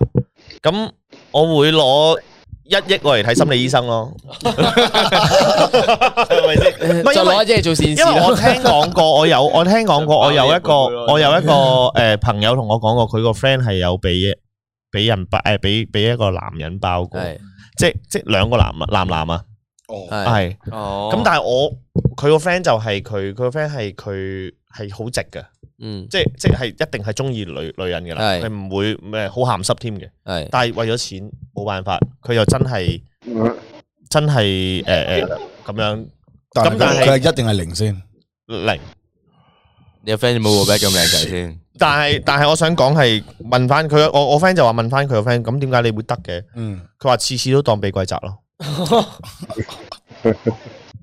A: 咁我會攞。一億我嚟睇心理醫 生咯，係咪先？唔係
B: 就
A: 因為
B: 攞一嘢做善事
A: 因為我
B: 啦。
A: 聽講 過，我有我聽講過，我有一個
D: 包你入去咯
A: 我有一個诶朋友同我講過，佢個 friend 係有俾俾人包诶俾俾一個男人包過，
B: 係
A: 即即兩個男男男啊，
E: 哦，
B: 係
A: 係
D: 哦，
A: 咁但係我佢個 friend 就係佢佢個 friend 係佢係好直嘅，
B: 嗯
A: 即即係一定係中意女女人嘅啦，
B: 係
A: 係唔會咩好鹹濕添嘅，
B: 係
A: 但係為咗錢冇辦法，佢又真係
C: 嗯
A: 真係诶诶咁樣
E: 但
A: 咁但係
E: 係佢係一定係零先。
A: 零。
D: 你個 friend 有冇我 b a c 咁靚仔先？
A: 但係但係，我想講係問翻佢，我我 friend 就話問翻佢個 friend，咁點解你會得嘅？
E: 嗯，
A: 佢話次次都當被鬼砸咯，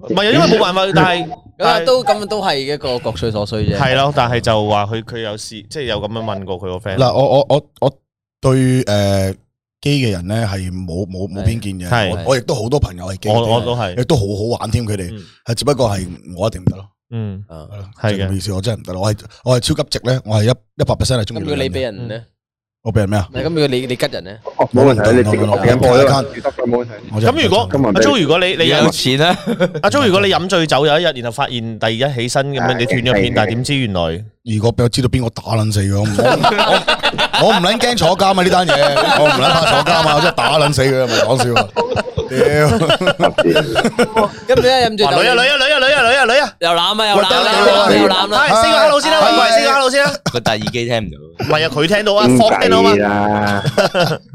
A: 唔係因為冇辦法，但係
B: 咁啊
A: 但係
B: 都咁都係一個各取所需啫。
A: 係咯，但係就話佢佢有試，即係有咁樣問過佢個 friend。
E: 嗱，我我我我對誒基嘅人咧係冇冇冇偏見
A: 係
E: 嘅，我我亦都好多朋友係基
A: 我我
E: 嘅，
A: 都係
E: 亦，都好好玩添。佢哋
A: 嗯
E: 係只不過係我一定唔得咯，
A: 嗯，
B: 啊
A: 係嘅
E: 就咁意思我真係唔得咯。我係我係超級直咧，我係一一百 percent 係中
B: 咁
E: 意
B: 如果
E: 女
B: 你
E: 人
B: 俾啊
E: 嘅。
B: 人咧，
E: 我俾人咩啊？
B: 嗱咁如果你你吉人咧，
C: 哦冇問題，你直接落緊播啦，得嘅冇問題。
E: 我真係
A: 咁如果
E: 真係
A: 阿 Jo 如果你你
D: 你有錢啊？
A: 阿 Jo 如果你飲醉酒有一日，然後發現第二日起身咁樣，你斷咗片，但係點知原來
E: 如果俾我知道邊個打撚死佢，我唔我我唔撚驚坐監啊！呢單嘢我唔撚怕坐監啊！我真係打撚死佢，唔係講笑啊！屌，
B: 咁你一飲醉
A: 哇
B: 酒，
A: 女啊女啊女啊女啊女啊女啊，
B: 又攬啊又攬
E: 喂得啦
B: 啦
E: 得啦
B: 又攬啦，
A: 係 say 個 hello 先啦，喂喂 say 個 hello 先啦，
D: 個戴耳機聽唔到。
A: 唔係啊佢聽到啊，
C: 傾
A: 放聽到啊嘛
C: 偈。啦，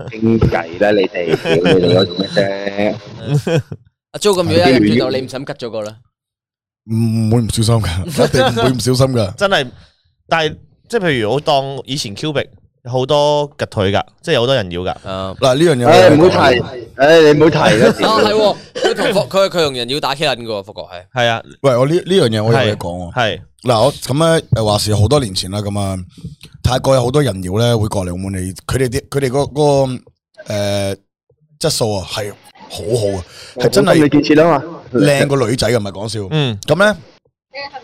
C: 傾偈啦，你哋屌你哋嗰種嘅啫。
B: 阿 Jo 咁如果一飲醉酒，你唔想吉咗個啦？
E: 唔會唔小心噶，一定唔會唔小心噶。
A: 真係，但係即係譬如我當以前 Cubic 有好多趌腿㗎，即係有好多人要㗎。
B: 啊
E: 嗱呢樣嘢，
C: 唉，唔好提，唉，你唔好提啦。
B: 啊係喎，佢同霍佢佢同人要打 K 撚嘅喎，霍國係
A: 係啊，
E: 喂，我呢呢樣嘢我有嘢講喎。
A: 係
E: 嗱，我咁咧誒話是好多年前啦，咁啊，泰國有好多人妖咧會過嚟澳門嚟，佢哋啲佢哋嗰嗰個誒質素啊係好好啊，
A: 哦
E: 係真
C: 你
E: 係
C: 建設啊嘛，
E: 靚過女仔嘅，唔係講笑。
A: 嗯
E: 咁咧，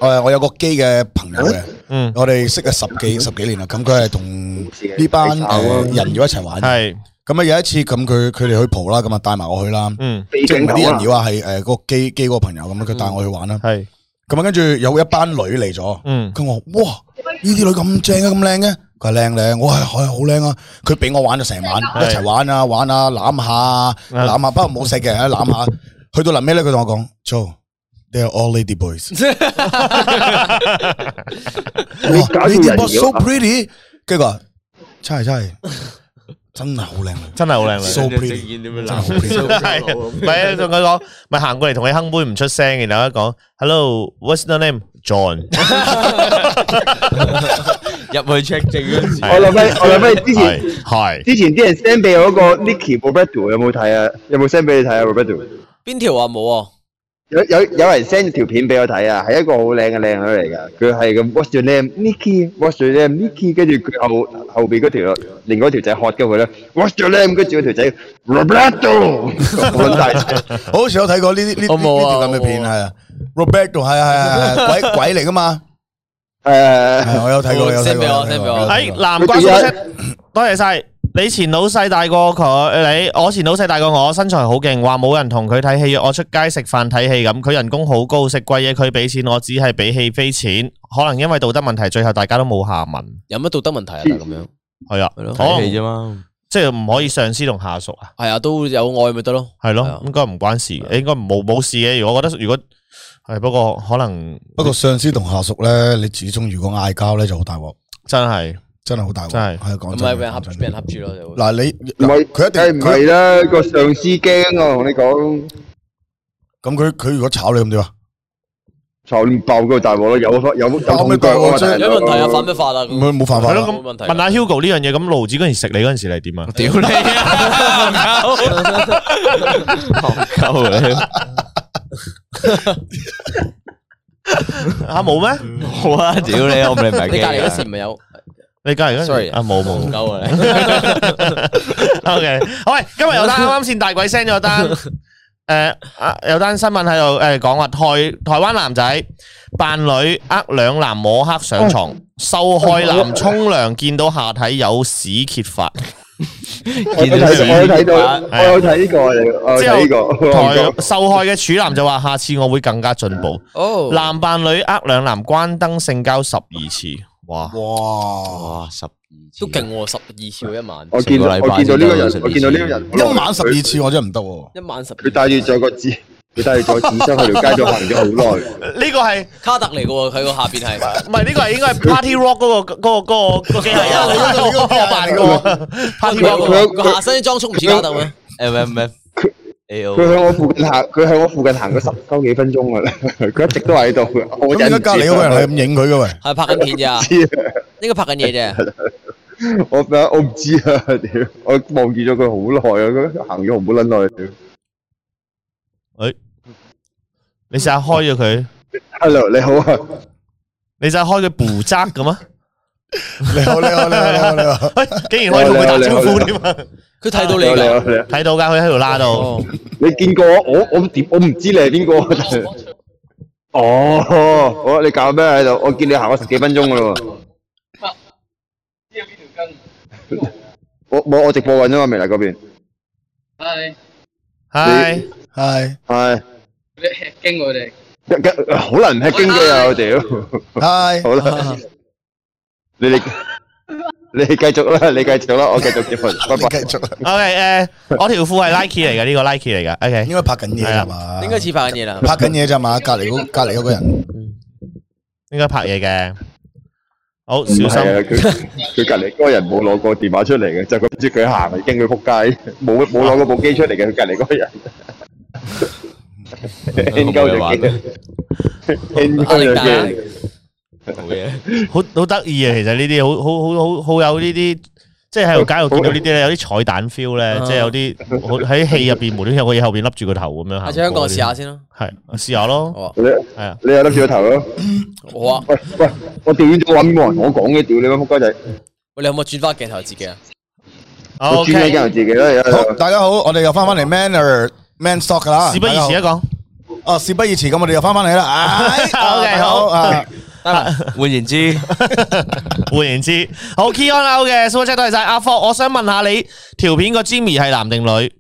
E: 誒我有個基嘅朋友嘅，
A: 嗯
E: 我哋識咗啊十幾十幾年啦。咁佢係同呢班誒人妖一齊玩。
A: 啊係
E: 咁啊有一次咁佢佢哋去蒲啦，咁啊帶埋我去啦，
A: 嗯
C: 秘
E: 即係唔
C: 境
E: 係啲人
C: 狗
E: 妖啊，係誒嗰個基基嗰個朋友咁佢帶我去玩啦。
A: 係
E: 咁啊跟住有一班女嚟咗，
A: 嗯
E: 佢話：哇，呢啲女咁正啊，咁靚嘅，佢話靚靚，我係係好靚啊！佢俾我玩咗成晚，
A: 係
E: 一齊玩啊玩啊攬下啊攬下，不過冇食嘅攬下。去到臨尾咧，佢同我講：Joe，they are all lady boys。
C: 你搞到人
E: 哇呢啲 b o
C: 妖
E: so
C: 啊
E: pretty，跟住佢話真係真係真係好 靚女。
A: 真係好靚女。
E: So pretty。
D: 正經點樣鬧？
A: 係，唔係，同佢講，咪行過嚟同你哼杯唔出聲，然後一講，"Hello, what's your name?""John."
D: 入去check證嗰陣時，
C: 我諗起我諗起之前。
A: 係，係。
C: 之前啲人 send 俾我嗰個 Nicky Roberto 有冇睇啊？有冇 send 俾你睇啊？Roberto à,
B: 边条啊冇啊？
C: 有有有人 send 條片俾我睇啊，係一個好靚嘅靚女嚟㗎。佢係咁 What's your name Nicky What's your name Nicky，跟住佢後後邊嗰條另嗰條仔喝咗佢咧，What's your name，跟住嗰條仔 Roberto，咁撚大聲
E: 我好似有睇過呢啲呢呢呢條
B: 我冇啊
E: 咁嘅片
B: 我冇
E: 係啊，Roberto 係啊 係啊係啊係啊鬼鬼嚟噶嘛，係
C: 誒，
E: 我有睇過
B: 我
E: 有睇
B: send 俾
E: 過
B: 我
E: 有睇
B: send
E: 過。
B: 俾我
E: 有睇過
A: 哎，南瓜
C: 佢仲有-
A: 叔叔，多謝晒。你前老細大過佢，你-我前老細大過我，身材好勁，話冇人同佢睇戲，我出街食飯睇戲咁，佢人工好高，食貴嘢佢俾錢，我只係俾戲飛錢，可能因為道德問題最後大家都冇下文。係啊，
B: 有乜道德問題啊？咁樣係咯。
A: 可能即係唔可以上司同下屬啊。
B: 係啊，都有愛咪得咯。
A: 系
B: 係
A: 咯
B: 啊，
A: 应该唔关事，嘅，应该冇冇事嘅。如果我觉得如果系，不过可能
E: 不過上司同下屬咧，你始終如果嗌交咧就好大鑊，
A: 真系
E: 真係好大鑊。
A: 真係
E: 係啊講
B: 咁
E: 真
B: 咪
E: 嘅。
B: 俾人恰
E: 講真
B: 俾人恰住咯，就會
E: 嗱你
C: 唔
E: 嗱
C: 係
E: 佢一定
C: 梗係唔
E: 佢
C: 係啦，個上司驚啊！我同你講，
E: 咁佢佢如果炒你咁點啊？
C: 就亂爆個大鑊咯，有有有
E: 爆咩
C: 痛
E: 大
C: 腳
E: 鑊
C: 啊！
E: 啫
C: 大佬
B: 有問題啊？犯咩法啊？咁
E: 冇冇辦法
A: 嗯係
E: 啦
A: 咯。
B: 冇問題啊
A: 咁问下 Hugo 呢样嘢，咁卢子嗰阵食你嗰阵时你点啊？啊冇咩？
D: 嗯好啊，屌你，我唔理唔係
B: 你隔離
D: 機啊。
B: 嗰時唔係有
A: 你隔篱嗰陣時
B: Sorry
A: 啊冇冇
B: 唔。夠啊？
A: O K，好喂，今日 有單啱啱先大鬼 send 咗單， 诶、啊有單新聞喺度呃诶講話台台灣男仔扮女呃兩男摸黑上床，受害男沖涼見到下體有屎揭發，
C: 我有睇我有睇到，
A: 係啊
C: 我有睇呢個嚟，我有
A: 之後
C: 睇呢個
A: 哦
C: 我有睇
A: 台受害嘅處男就話：下次我會更加進步。
B: 哦，
A: 男扮女呃兩男關燈性交十二次，哇！
E: 哇！
D: 哇，十二次。
B: 都勁喎，十二跳一晚，
C: 我見到
D: 成個禮拜
C: 我見到呢個人
D: 先，有
C: 我見到呢個人，
E: 一晚十二次我真係唔得喎。
B: 一晚十
C: 佢帶住咗個紙，佢帶住咗紙箱去條街度行咗好耐。
A: 呢 個係
B: 卡特嚟嘅喎，佢個下邊 係
A: 唔係呢個係應該係 Party Rock 嗰、個嗰、個嗰、 個嗰個機械人
B: 係啊
E: 你嗰個你嗰個機械人嚟
A: 我扮嘅喎 Party
B: 佢
A: Rock 嗰個。
B: 個個下身啲裝束唔似卡特咩？
D: MMF ，AO
C: 佢喺我附近行，佢喺我附近行咗十鳩幾分鐘㗎啦， 佢一直都喺度嘅。我
E: 咁
C: 忍唔
E: 點解
C: 住
E: 隔離嗰個人係咁影佢 嘅喂？
B: 係拍緊片咋？
C: 知啊
B: 應該拍緊嘢啫。
C: 我我唔知啊，屌！我望住咗佢好耐啊，佢行咗好撚耐。屌
A: 你成日開咗佢，
C: Hello，你好啊，
A: 你成日開佢部渣咁啊？
E: 你好你好你好你好你好。
A: 喂，竟然可以同佢打招呼添啊！
B: 佢睇到你
C: 你好你好
B: 㗎。
C: 你好，
A: 睇到㗎，佢喺條拉度。
B: 哦
C: 你見過我？我我點？我唔知你係邊個啊。 哦，我你搞咩喺度？我見你行咗十幾分鐘㗎啦喎。 我冇，我直播緊啫嘛，未嚟嗰邊。
A: Hi，
E: 係
C: 係。
F: 你吃驚我哋。
C: 一一好難唔吃經濟啊！我屌，
E: 係
C: 好
E: Ờ.
C: 啦，你哋你哋繼續啦，你繼續啦，我繼續接份，拜
E: 你繼
C: 拜。
E: 續啦。
A: OK，誒，我條褲係 Nike 嚟嘅，呢個 Nike 嚟嘅。OK，
E: 應該拍緊嘢係嘛？
A: 啊
B: 應該似拍緊嘢啦。
E: 拍緊嘢咋嘛？隔離嗰隔離嗰個人。
A: 應該拍嘢嘅。好，小
C: 唔
A: 心。
C: 係啊，佢佢隔離嗰個人冇攞過電話出嚟嘅，就咁知佢行嚟驚佢仆街，冇冇攞過部機出嚟嘅，佢隔離嗰個人。N 鳩就嘅，N 鳩就嘅，
A: 好好得意啊！其實呢啲好好好好好有呢啲，即係喺條街度見到呢啲咧，有啲彩蛋 feel 咧，
B: 啊
A: 即係有啲好喺戲入邊無端端有個嘢後邊笠住個頭咁樣。
B: 下啊次香港試下，先咯。
A: 係試下咯。
B: 哦，
C: 你
A: 係啊，
C: 你又笠住個頭咯？
B: 好啊。
C: 喂喂，我調轉咗揾冇人我講嘅，屌你媽仆街仔，
B: 喂，你可唔可以轉翻鏡頭自己啊？
C: 我
A: O
C: 專登
A: K，
C: 教人自己啦，而家
E: 好，大家好，我哋又翻翻嚟 Manner Man Stock 噶
B: 啊
E: 啦。
A: 事不宜遲一啊
E: 大家
A: 講。
E: 好。哦，事不宜遲，咁我哋又翻翻嚟啦。唉
A: OK，
E: 大 家
A: 好
E: 啊。
D: 換言之，
A: 換言之，好 Keon Lau 嘅 Super Chat 多謝晒阿霍，我想問下你條片個 Jimmy 係男定女？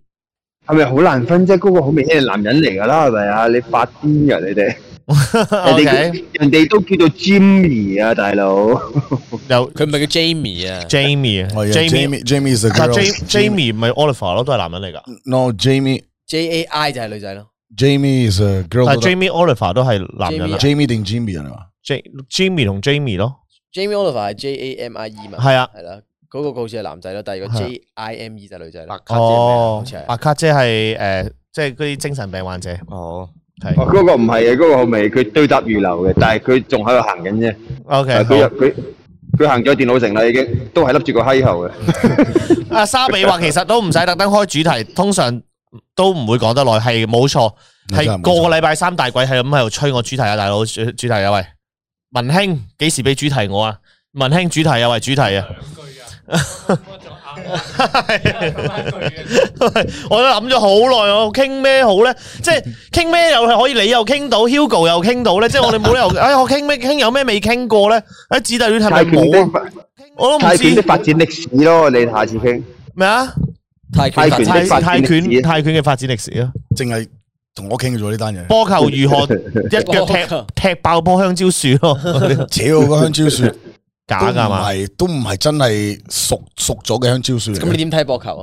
C: 係咪好難分啫？嗰個好明顯係男人嚟㗎啦，係咪啊？你發癲㗎你哋？人
A: OK，
C: 哋人哋都叫做 Jimmy 啊，大佬。
A: 有
B: 佢唔係叫 Jamie 啊，
A: Jamie 啊
E: 哦，yeah，
A: ，Jamie。
E: Jamie- Jamie is a
A: 但
E: girl。
A: Jamie Jamie 唔係 Oliver 咯，都係男人嚟噶。
E: No, Jamie-
B: J A I 就係女仔咯。
E: Jamie is a girl
A: 但係
E: 都得。
A: Uh, Jamie Oliver 都係男人啦
B: Jamie-
E: Jamie 定 Jimmy 啊？
A: J-，Jamie 同 Jamie 咯，
B: Jamie Oliver 係 J A M I E 嘛，
A: 係啊。
B: 係啦，嗰個好似係男仔咯，但係如果
A: 係啊
B: J I M E 就係女仔咯。
A: 哦
B: 好似係，
A: 白卡姐係诶，即係嗰啲精神病患者
D: 哦，
C: 哦，
A: 係。
C: 嗰個唔係嘅，嗰個好未，佢堆搭預留嘅，但係佢仲喺度行緊啫。
A: OK，
C: 但係佢
A: 好。
C: 入佢佢行咗電腦城啦，已經都係笠住個閪頭嘅。
A: 阿沙比話其實都唔使特登開主題，通常都唔會講得耐，係冇錯，係
E: 真係冇錯
A: 個個禮拜三大鬼係咁喺度催我主題啊，大佬主主題啊喂，文兄幾時俾主題我啊？文兄主題啊，喂主題啊！ 我都諗咗好耐，我傾咩好咧？即係傾咩又係可以，你又傾到，Hugo 又傾到咧，即係我哋 冇理由，哎，我傾咩傾有咩未傾過咧？哎，子弟戀係咪
C: 泰拳
A: 冇
C: 的
A: 啊？
C: 發
A: 我都唔
C: 泰拳的
A: 知
C: 發展歷史咯，我哋下次傾。
A: 咩啊？
B: 泰
C: 泰拳
A: 泰
C: 的發展
A: 泰
C: 歷
A: 拳
C: 史。
A: 泰拳嘅發展歷史啊！
E: 淨係同我傾嘅啫呢單嘢。
A: 波球如 何一腳
B: 波
A: 踢
B: 球
A: 踢爆棵香蕉樹咯？
E: 屌個香蕉樹
A: 假
E: 都唔
A: 㗎嘛？
E: 係，都唔係真係熟熟咗嘅香蕉樹嚟
B: 咁你
E: 嘅。
B: 點睇搏球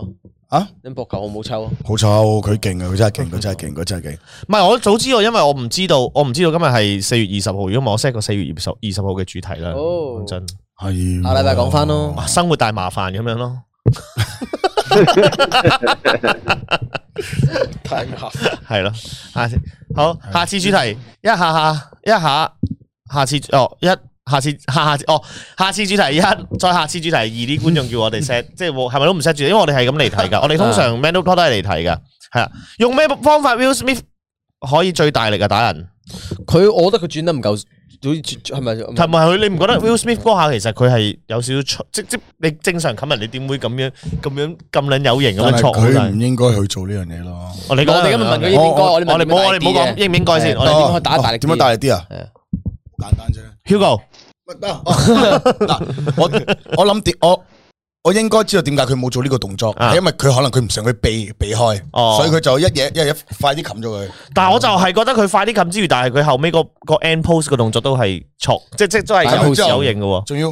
B: 啊？
E: 啊？
B: 咁搏球好唔好抽啊？
E: 好臭，佢勁啊！佢真係勁，佢真係勁，佢真係勁。
A: 唔係我早知道，因為我唔知道，我唔知道今日係四月二十號，如果唔係我 set 個四月二十二十號嘅主題啦。
B: 哦
A: 講真，
E: 係
B: 下禮拜講返咯
A: 哇生活大麻煩咁樣咯。
B: 太麻
A: 系咯，下次好，下次主題一下下一下，下次哦一下次下下次哦下次主題一，再下次主題二啲觀眾叫我哋 set，即係冇係咪都唔 set 住？因為我哋係咁離題噶，我哋通
E: 啊
A: 常 mental talk 都係離題噶，係啦，用咩方法 Will Smith 可以最大力啊打人？
B: 佢我覺得佢轉得唔夠，好似轉係咪？
A: 同埋佢，你唔覺得 Will Smith 嗰下其實佢係有少少挫即即你正常冚人，你點會咁樣咁樣咁撚有型咁
E: 但
A: 樣
E: 係
A: 挫好哦
E: 佢
A: 人？
E: 唔應該去做呢樣嘢咯。
A: 我哋
B: 我哋今日問佢應唔應該，
E: 我
B: 我哋問
A: 我哋冇我哋冇
B: 佢大啲
A: 講
B: 嘅
A: 應唔應該先，我哋
B: 點可以打大力啲
E: 哦點樣大力啲啊？
B: 係啊
E: 簡單啫。
A: Hugo
E: 咪得哦嗱，我我諗點我。我應該知道點解佢冇做呢個動作，
A: 啊
E: 係因為佢可能佢唔想佢避避開，
A: 哦
E: 所以佢就一嘢一嘢快啲冚咗佢。
A: 但我就係覺得佢快啲撳之餘，但係佢後尾個個 end pose 個動作都係錯，即即都係
E: 但係
A: 有
E: 佢之後
A: 有型嘅喎，
E: 仲要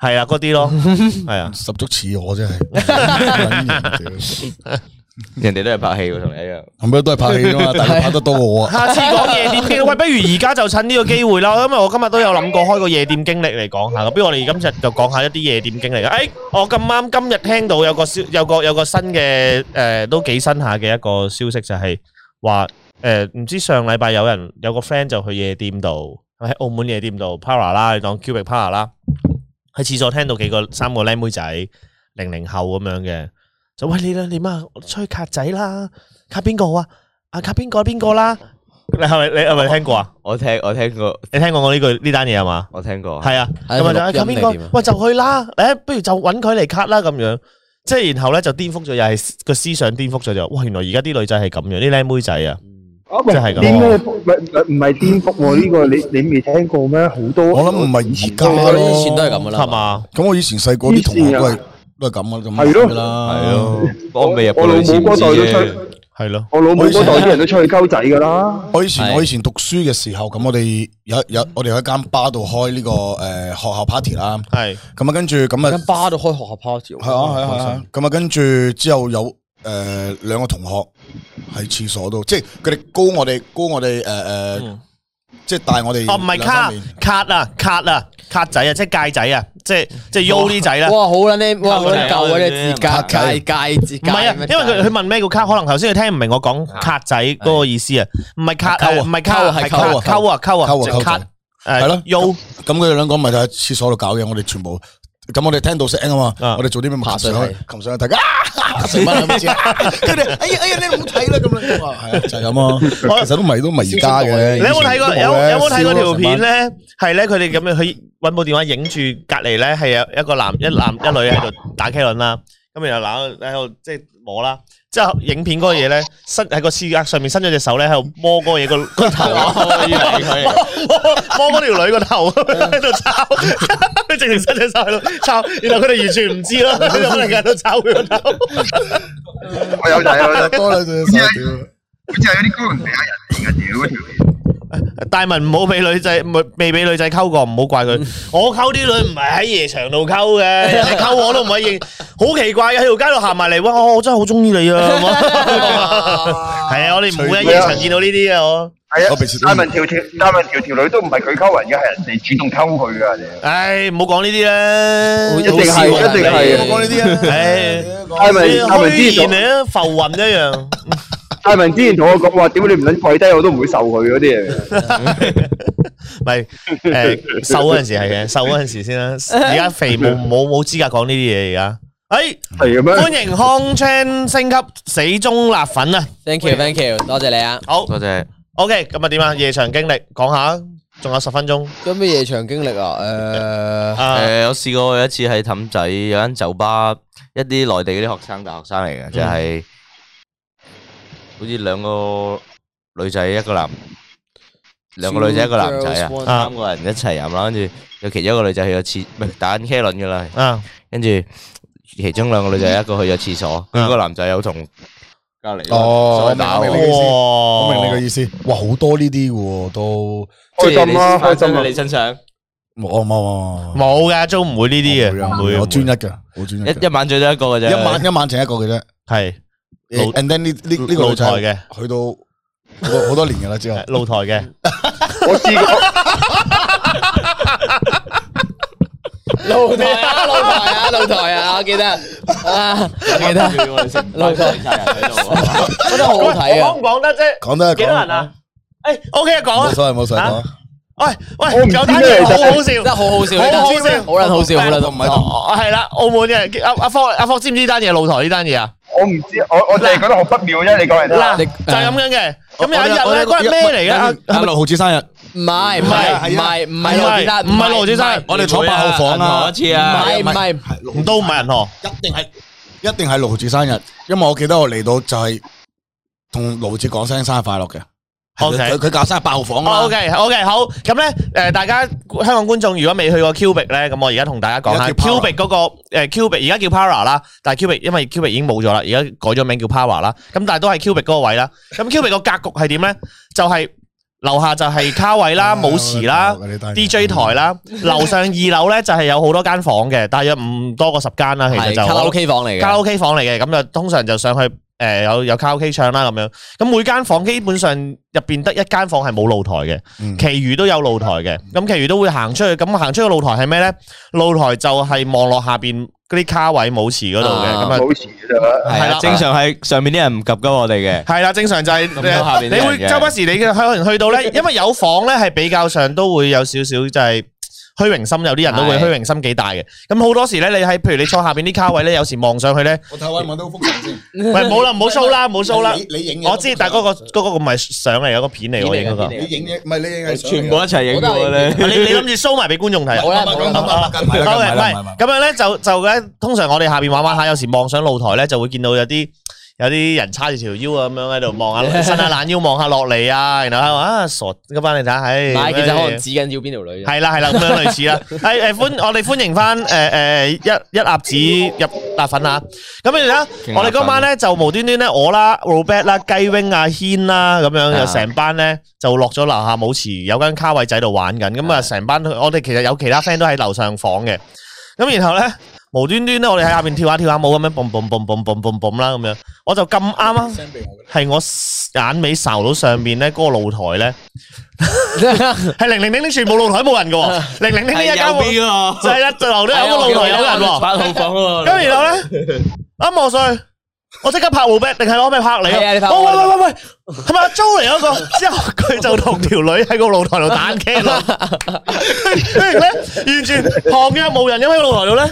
A: 係啊嗰啲 咯，係啊，
E: 十足似我真係，
D: 人哋都係拍戲喎，同你一樣。
E: 咁樣都係拍戲啫嘛，但係拍得多過我啊！
A: 下次講夜店經歷，喂，不如而家就趁呢個機會啦，因為我今日都有諗過開個夜店經歷嚟講下，不如我哋今日就講下一啲夜店經歷。誒、我咁啱今日聽到有個消，有個有個新嘅誒、呃都幾新下嘅一個消息，就係話誒唔知上禮拜有人有個 friend 就去夜店度，喺澳門夜店度 para 啦，你當 cubic para 啦，喺廁所聽到幾個三個靚妹仔零零後咁樣嘅，就喂你啦你啊，我出去卡仔啦，卡邊個啊？啊卡邊個邊個啦？你係咪你係咪聽過啊？
D: 我聽我聽過，
A: 你聽過我呢句呢單嘢係嘛？
D: 我聽過。
A: 係啊，
B: 係
A: 咁咪就
B: 錄
A: 係
B: 音
A: 咁
B: 定
A: 邊
B: 點啊
A: 個？喂就去啦，誒不如就揾佢嚟 cut 啦咁樣。即係然後咧就顛覆咗，又係 個思想顛覆咗就，哇！原來而家啲女仔係咁樣，啲靚妹仔啊，
C: 啊喂
A: 即係咁
C: 點解你唔係唔係顛覆喎？呢個你你未聽過咩？好多
E: 我諗唔係而家
B: 我
E: 咯
B: 哋以前都係咁噶啦。
A: 係？嘛？
E: 咁我以前細個啲同學都係都係咁啊，咁
C: 係咯
E: 㗎啦，
D: 係咯，
C: 我
D: 幫未入
C: 我
D: 過
C: 老母
D: 類似唔
C: 嗰
D: 知
C: 代都
D: 啫
C: 出，
A: 係咯，
C: 我老母嗰代啲人都出去溝仔㗎啦。
E: 我以前
B: 係
E: 我以前讀書嘅時候，咁我哋有有我哋有一間巴度開呢個誒學校 party 啦，
A: 係
E: 咁啊跟住咁啊
B: 間巴都開學校 party。
E: 係啊係啊係啊，咁啊跟住之後有誒兩個同學喺廁所度，即係佢哋高我哋高我哋誒誒，即係大我哋
A: 哦，唔係
E: 兩三
A: 卡
E: 年
A: 卡啊，卡啊，卡仔啊，即係戒仔啊，即係即係啊 U 啲仔啦。
B: 哇，好撚靚，哇，好撚
D: 靠
B: 舊啊！
D: 仔
B: 呢個
D: 啊
B: 字
E: 靠仔
B: 戒戒指
A: 唔係啊，因為佢佢問咩叫卡，可能頭先佢聽唔明我講卡仔嗰個意思啊，唔係卡，
E: 溝
A: 誒
E: 啊
A: 唔係卡，
E: 溝啊
A: 係
E: 係
A: 卡
E: 溝啊
A: 溝啊溝
E: 溝啊
A: 啊，
E: 溝
A: 卡
E: 仔
A: 誒
E: 係咯
A: U
E: 咁佢哋兩個咪就喺廁所度搞嘢，我哋全部咁我哋聽到聲啊嘛，
A: 啊
E: 我哋做啲咩咪爬上
B: 爬
E: 去
B: 上，
E: 擒上去，大家啊成班人咁知啊，佢哋哎呀哎呀你唔好睇啦咁樣，係啊就係咁咯，其實都唔係都唔係而家嘅。
A: 你有冇睇過有有冇睇過條片
E: 咧？
A: 咧？係咧，佢哋咁樣去揾部電話影住隔離咧，係有一個 男一男一女喺度打 K 輪啦，咁然後攬喺度即係摸啦，之後影片嗰個嘢咧伸喺個廁格上面伸咗隻手咧喺度摸嗰個嘢 個個頭啊，摸摸嗰條女個 頭喺度抄，佢直情伸隻手喺度抄，然後佢哋完全唔知咯，佢哋可能喺度抄佢個頭。
C: 我有睇我有睇。
E: 多啦隻手，
C: 好似係有啲哥倫比亞人嚟㗎，屌！
A: 大文唔好俾女仔，未未俾女仔溝過，唔好怪佢。我溝啲女唔係喺夜場度溝 嘅，人哋溝我都唔係認，好奇怪嘅喺條街度行埋嚟，哇！我我真係好中意你啊！ 咁 啊係啊，我哋唔會喺夜場見到呢啲嘅我。
C: 係
E: 我
C: 啊
E: 平時，都
C: 戴文條條戴文條條女都唔係佢溝人嘅，係人哋主動溝佢嘅。人哋
A: 唉，唔好講呢啲啦。
C: 一定係，一定
E: 唔
C: 係
E: 好
C: 啊。
E: 講呢啲啊。
A: 唉，
C: 戴文戴文之
A: 虛
C: 前
A: 言嚟啊，浮雲一 樣。
C: 戴文之前同我講話，屌你唔撚跪低，我都唔會受佢嗰啲嘢。
A: 咪诶瘦嗰阵时系嘅，瘦嗰阵时先啦。而家肥冇冇冇资格講呢啲嘢而家。诶、
C: 係嘅咩？
A: 歡迎康 Chan 升級死忠辣粉啊！
B: Thank you，thank you，多謝你啊！
A: 好
D: 多謝。
A: ，OK，咁啊點啊？夜場經歷講下，仲有十分鐘
B: 有咩夜場經歷啊？诶，
A: 啊！
D: 诶，我試過有一次喺氹仔有間酒吧，一啲內地嗰啲學生大學生嚟嘅，即係好似兩個女仔一個男，兩個女仔一個男仔啊
B: Two girls, one，
D: 三個人一齊飲啦，跟住有其中一個女仔去咗廁，唔係打緊車輪噶啦，
A: 啊，
D: 跟住其中兩個女仔一個去咗廁所，
A: 嗯
D: 嗰個男仔有同隔離
E: 哦
D: 所打
E: 我明
D: 喎
E: 白。
A: 哇！
E: 我明你嘅意思。哇，好多呢啲嘅喎，都
C: 開心啦，開心啦！
D: 你身上
E: 冇冇冇冇冇
A: 冇噶，都唔會呢啲嘅，唔會
E: 我專一嘅，好專一
D: 一
E: 嘅。
D: 一晚最多一個嘅啫，
E: 一晚一晚淨一個嘅啫。
A: 係
E: And then 呢呢呢個
A: 露
E: 女
A: 台
E: 仔
A: 嘅，
E: 去到好多好多年嘅啦之後。
A: 露台嘅，
C: 我試過，
B: 露台啊，露台啊，露台啊，我記得啊，我記得，
D: 我哋食
B: 老實
D: 喺度啊。
B: 真係好好睇啊
A: 講！唔講得啫？
E: 講得
A: 幾多人啊？诶，OK 啊，講
E: 冇
A: 啊！
E: 所謂冇所謂
A: 啊
E: 講啊。
A: 喂喂，
C: 我唔知
A: 有單嘢
C: 咩嚟
A: 好
C: 㗎
A: 好
B: 真係
A: 笑。
B: 好好笑，
A: 好好
B: 真係
A: 笑
B: 好撚好笑，好撚好
E: 唔係
B: 笑。
A: 哦，系啦，澳門嘅阿阿科阿科知唔知單嘢露台呢單嘢啊？
C: 我唔知，我我淨係覺得好不妙啫。你啊講嚟聽
A: 嗱，
C: 下。
A: 就
B: 你
A: 咁樣嘅。咁有
E: 我
A: 一日
E: 我
A: 咧，嗰日咩嚟嘅啊？
E: 阿六毫子生日，
B: 唔係唔係唔係唔係羅志丹，
A: 唔係羅志丹
E: 我哋坐八號房啊，
D: 銀河一次
B: 唔
D: 啊
B: 係唔係
E: 係
A: 唔都唔係銀河，
E: 一定係一定係六毫子生日，因為我記得我嚟到就係同盧子講聲生日快樂嘅。
A: OK
E: 佢佢教生日八號房啊嘛
A: O K O K 好，咁咧誒，大家呃香港觀眾如果未去過 Cubic 咧，咁我而家同大家講下
E: 而家叫 Para
A: Cubic 嗰個誒 Cubic 而家叫 Para 啦，但係 Cubic 因為 Cubic 已經冇咗啦，而家改咗名叫 Para 啦，咁但係都係 Cubic 嗰個位啦。咁 Cubic 個格局係點咧？就係樓下就係卡位
E: 啊
A: 啦、舞池啦。DJ 台啦，樓上二樓咧就係有好多間房嘅，大約唔多過十間啦，其實
B: 係
A: 就
B: 卡拉 OK 房嚟嘅，
A: 卡拉 OK 房嚟嘅，咁就通常就上去诶、有有卡拉 OK 唱啦咁樣。咁每間房基本上入边得一間房係冇露台嘅，
E: 嗯
A: 其餘都有露台嘅。咁其餘都會行出去，咁行出去露台係咩咧？露台就係望落下边嗰啲卡位舞池嗰度嘅，
B: 啊
A: 咁啊
C: 冇事啦，
D: 系
A: 係啦
D: 啦，正常係上面啲人唔及噶我哋嘅，
A: 係啦，正常就係
D: 咁都下邊啲
A: 你
D: 人
A: 會
D: 嘅
A: 周不時你嘅可能去到咧，因為有房咧係比較上都會有少少就係虛榮心，有啲人都會
B: 係
A: 虛榮心幾大嘅。咁好多時咧，你喺譬如你坐下邊啲卡位咧，有時望上去咧，
E: 我睇位揾到幅相先，
A: 喂冇啦，唔好 show 啦，唔好 show 啦。
E: 你影
A: 我知，但係嗰個嗰個唔係相嚟，嗰個片嚟，我影嗰個。
E: 你影嘢，唔係你影
D: 全部一齊影
B: 我
D: 過
B: 都係
D: 咧
B: 影。
A: 你你諗住 show 埋俾觀眾睇啊？
B: 好啦，
E: 咁
B: 好啦
E: 啊
A: 唔係唔係咁樣咧，就就咧，通常我哋下邊玩玩下，有時望上露台咧，就會見到有啲有啲人叉住條腰啊，咁樣喺度 望下，伸下懶腰望下落嚟啊，然後喺度啊傻咁班你睇下，唉，
B: 唔係，其實可能指緊要邊條女。
A: 係啦係啦，咁樣類似 啦。係誒歡，我哋歡迎翻誒誒一一鴨子入辣粉啊！咁你睇。我哋嗰晚咧就無端端咧，我啦、Robert 啦、雞 wing 啊、軒啦咁樣，
D: 啊
A: 就成班咧就落咗樓下舞池有間卡位仔度玩緊，咁啊成班我哋其實有其他 friend 都喺樓上房嘅，咁然後咧無端端咧我哋喺下邊跳下跳下舞咁樣，嘣嘣嘣嘣嘣嘣嘣啦咁樣，我就咁啱啊，係我眼尾睄到上面咧嗰個露台咧，係零零零零全部露台冇人嘅喎，零零零
D: 係
A: 零一間
D: 右
A: 喎
D: 邊喎，
A: 就啊係啦，就留咗有個露台有人喎。
D: 八號房嗰個
A: 跟住然後咧，啱望上去，我即刻拍胡壁，定係攞咩拍你
B: 係啊你拍
A: 啊？
B: 我
A: 哦喂喂喂喂，係咪啊阿 Jo 嚟嗰個？之後佢就同條女喺個露台度打 K 咯，跟住咧完全旁若無人，因為個露台度咧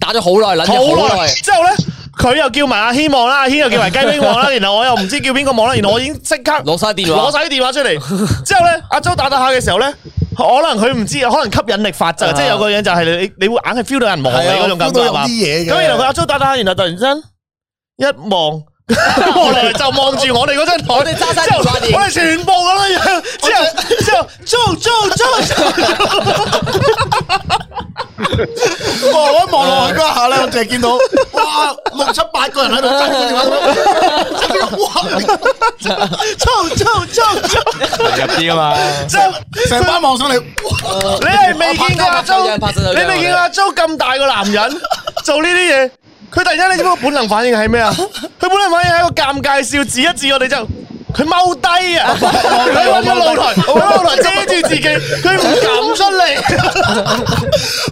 B: 打咗好耐，撚咗
A: 好
B: 好
A: 耐。
B: 耐。
A: 之後咧，佢又叫埋阿軒望啦，阿軒又叫埋雞 wing 望啦，然後我又唔知叫邊個望啦，然後我已經即刻。
B: 攞晒電
A: 攞
B: 話，
A: 晒啲電話出嚟，之後咧，阿周打打下嘅時候咧，可能佢唔知，可能吸引力法則，
B: 啊
A: 即係有個人就係你，你會硬係 feel 到有人望你嗰種感覺
E: 有
A: 係嘛
E: 啲？嘢嘅。
A: 咁然後佢阿租打打，然後突然之間一望。 我哋就望住我哋嗰張台，我
B: 哋揸晒電話電
A: 我哋全部咁樣樣，之後之後租租租，
E: 我一望落去嗰一下咧，我淨係見到哇，六七八個人喺度爭個電話筒，哇！抽抽抽抽抽，成班望上嚟，哇！
B: 拍手掌，拍手掌，
A: 你未見過阿周咁大個男人 做呢啲嘢？佢突然間，你知唔知佢本能反應係咩 啊？佢本能反應係一個尷尬笑，指一指我哋就佢踎 低啊！佢揾個露台，揾個露台遮住自己，佢唔敢出嚟。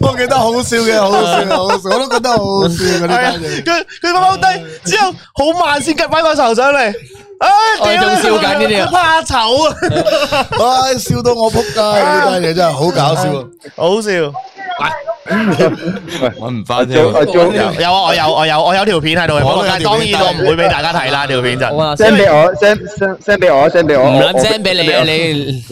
E: 我記得好笑嘅，好笑，好笑，我都覺得好好笑嗰
A: 係啊
E: 啲單嘢。
A: 佢佢踎低之後，好慢先夾翻個頭上嚟。唉，
B: 我哋
A: 屌
B: 仲笑緊呢啲啊
A: 佢怕 醜啊！
E: 唉，笑到我仆街，呢單嘢真係好搞笑啊。
A: 好笑。
C: 阿 Jo
A: 有啊，我有我有我有條片喺度嘅，不過但係當然我唔會俾大家睇啦條片就。
B: 我話
C: send 俾我，send send send 俾我，send 俾我，
B: 唔撚
C: 我
B: send 俾你啊！你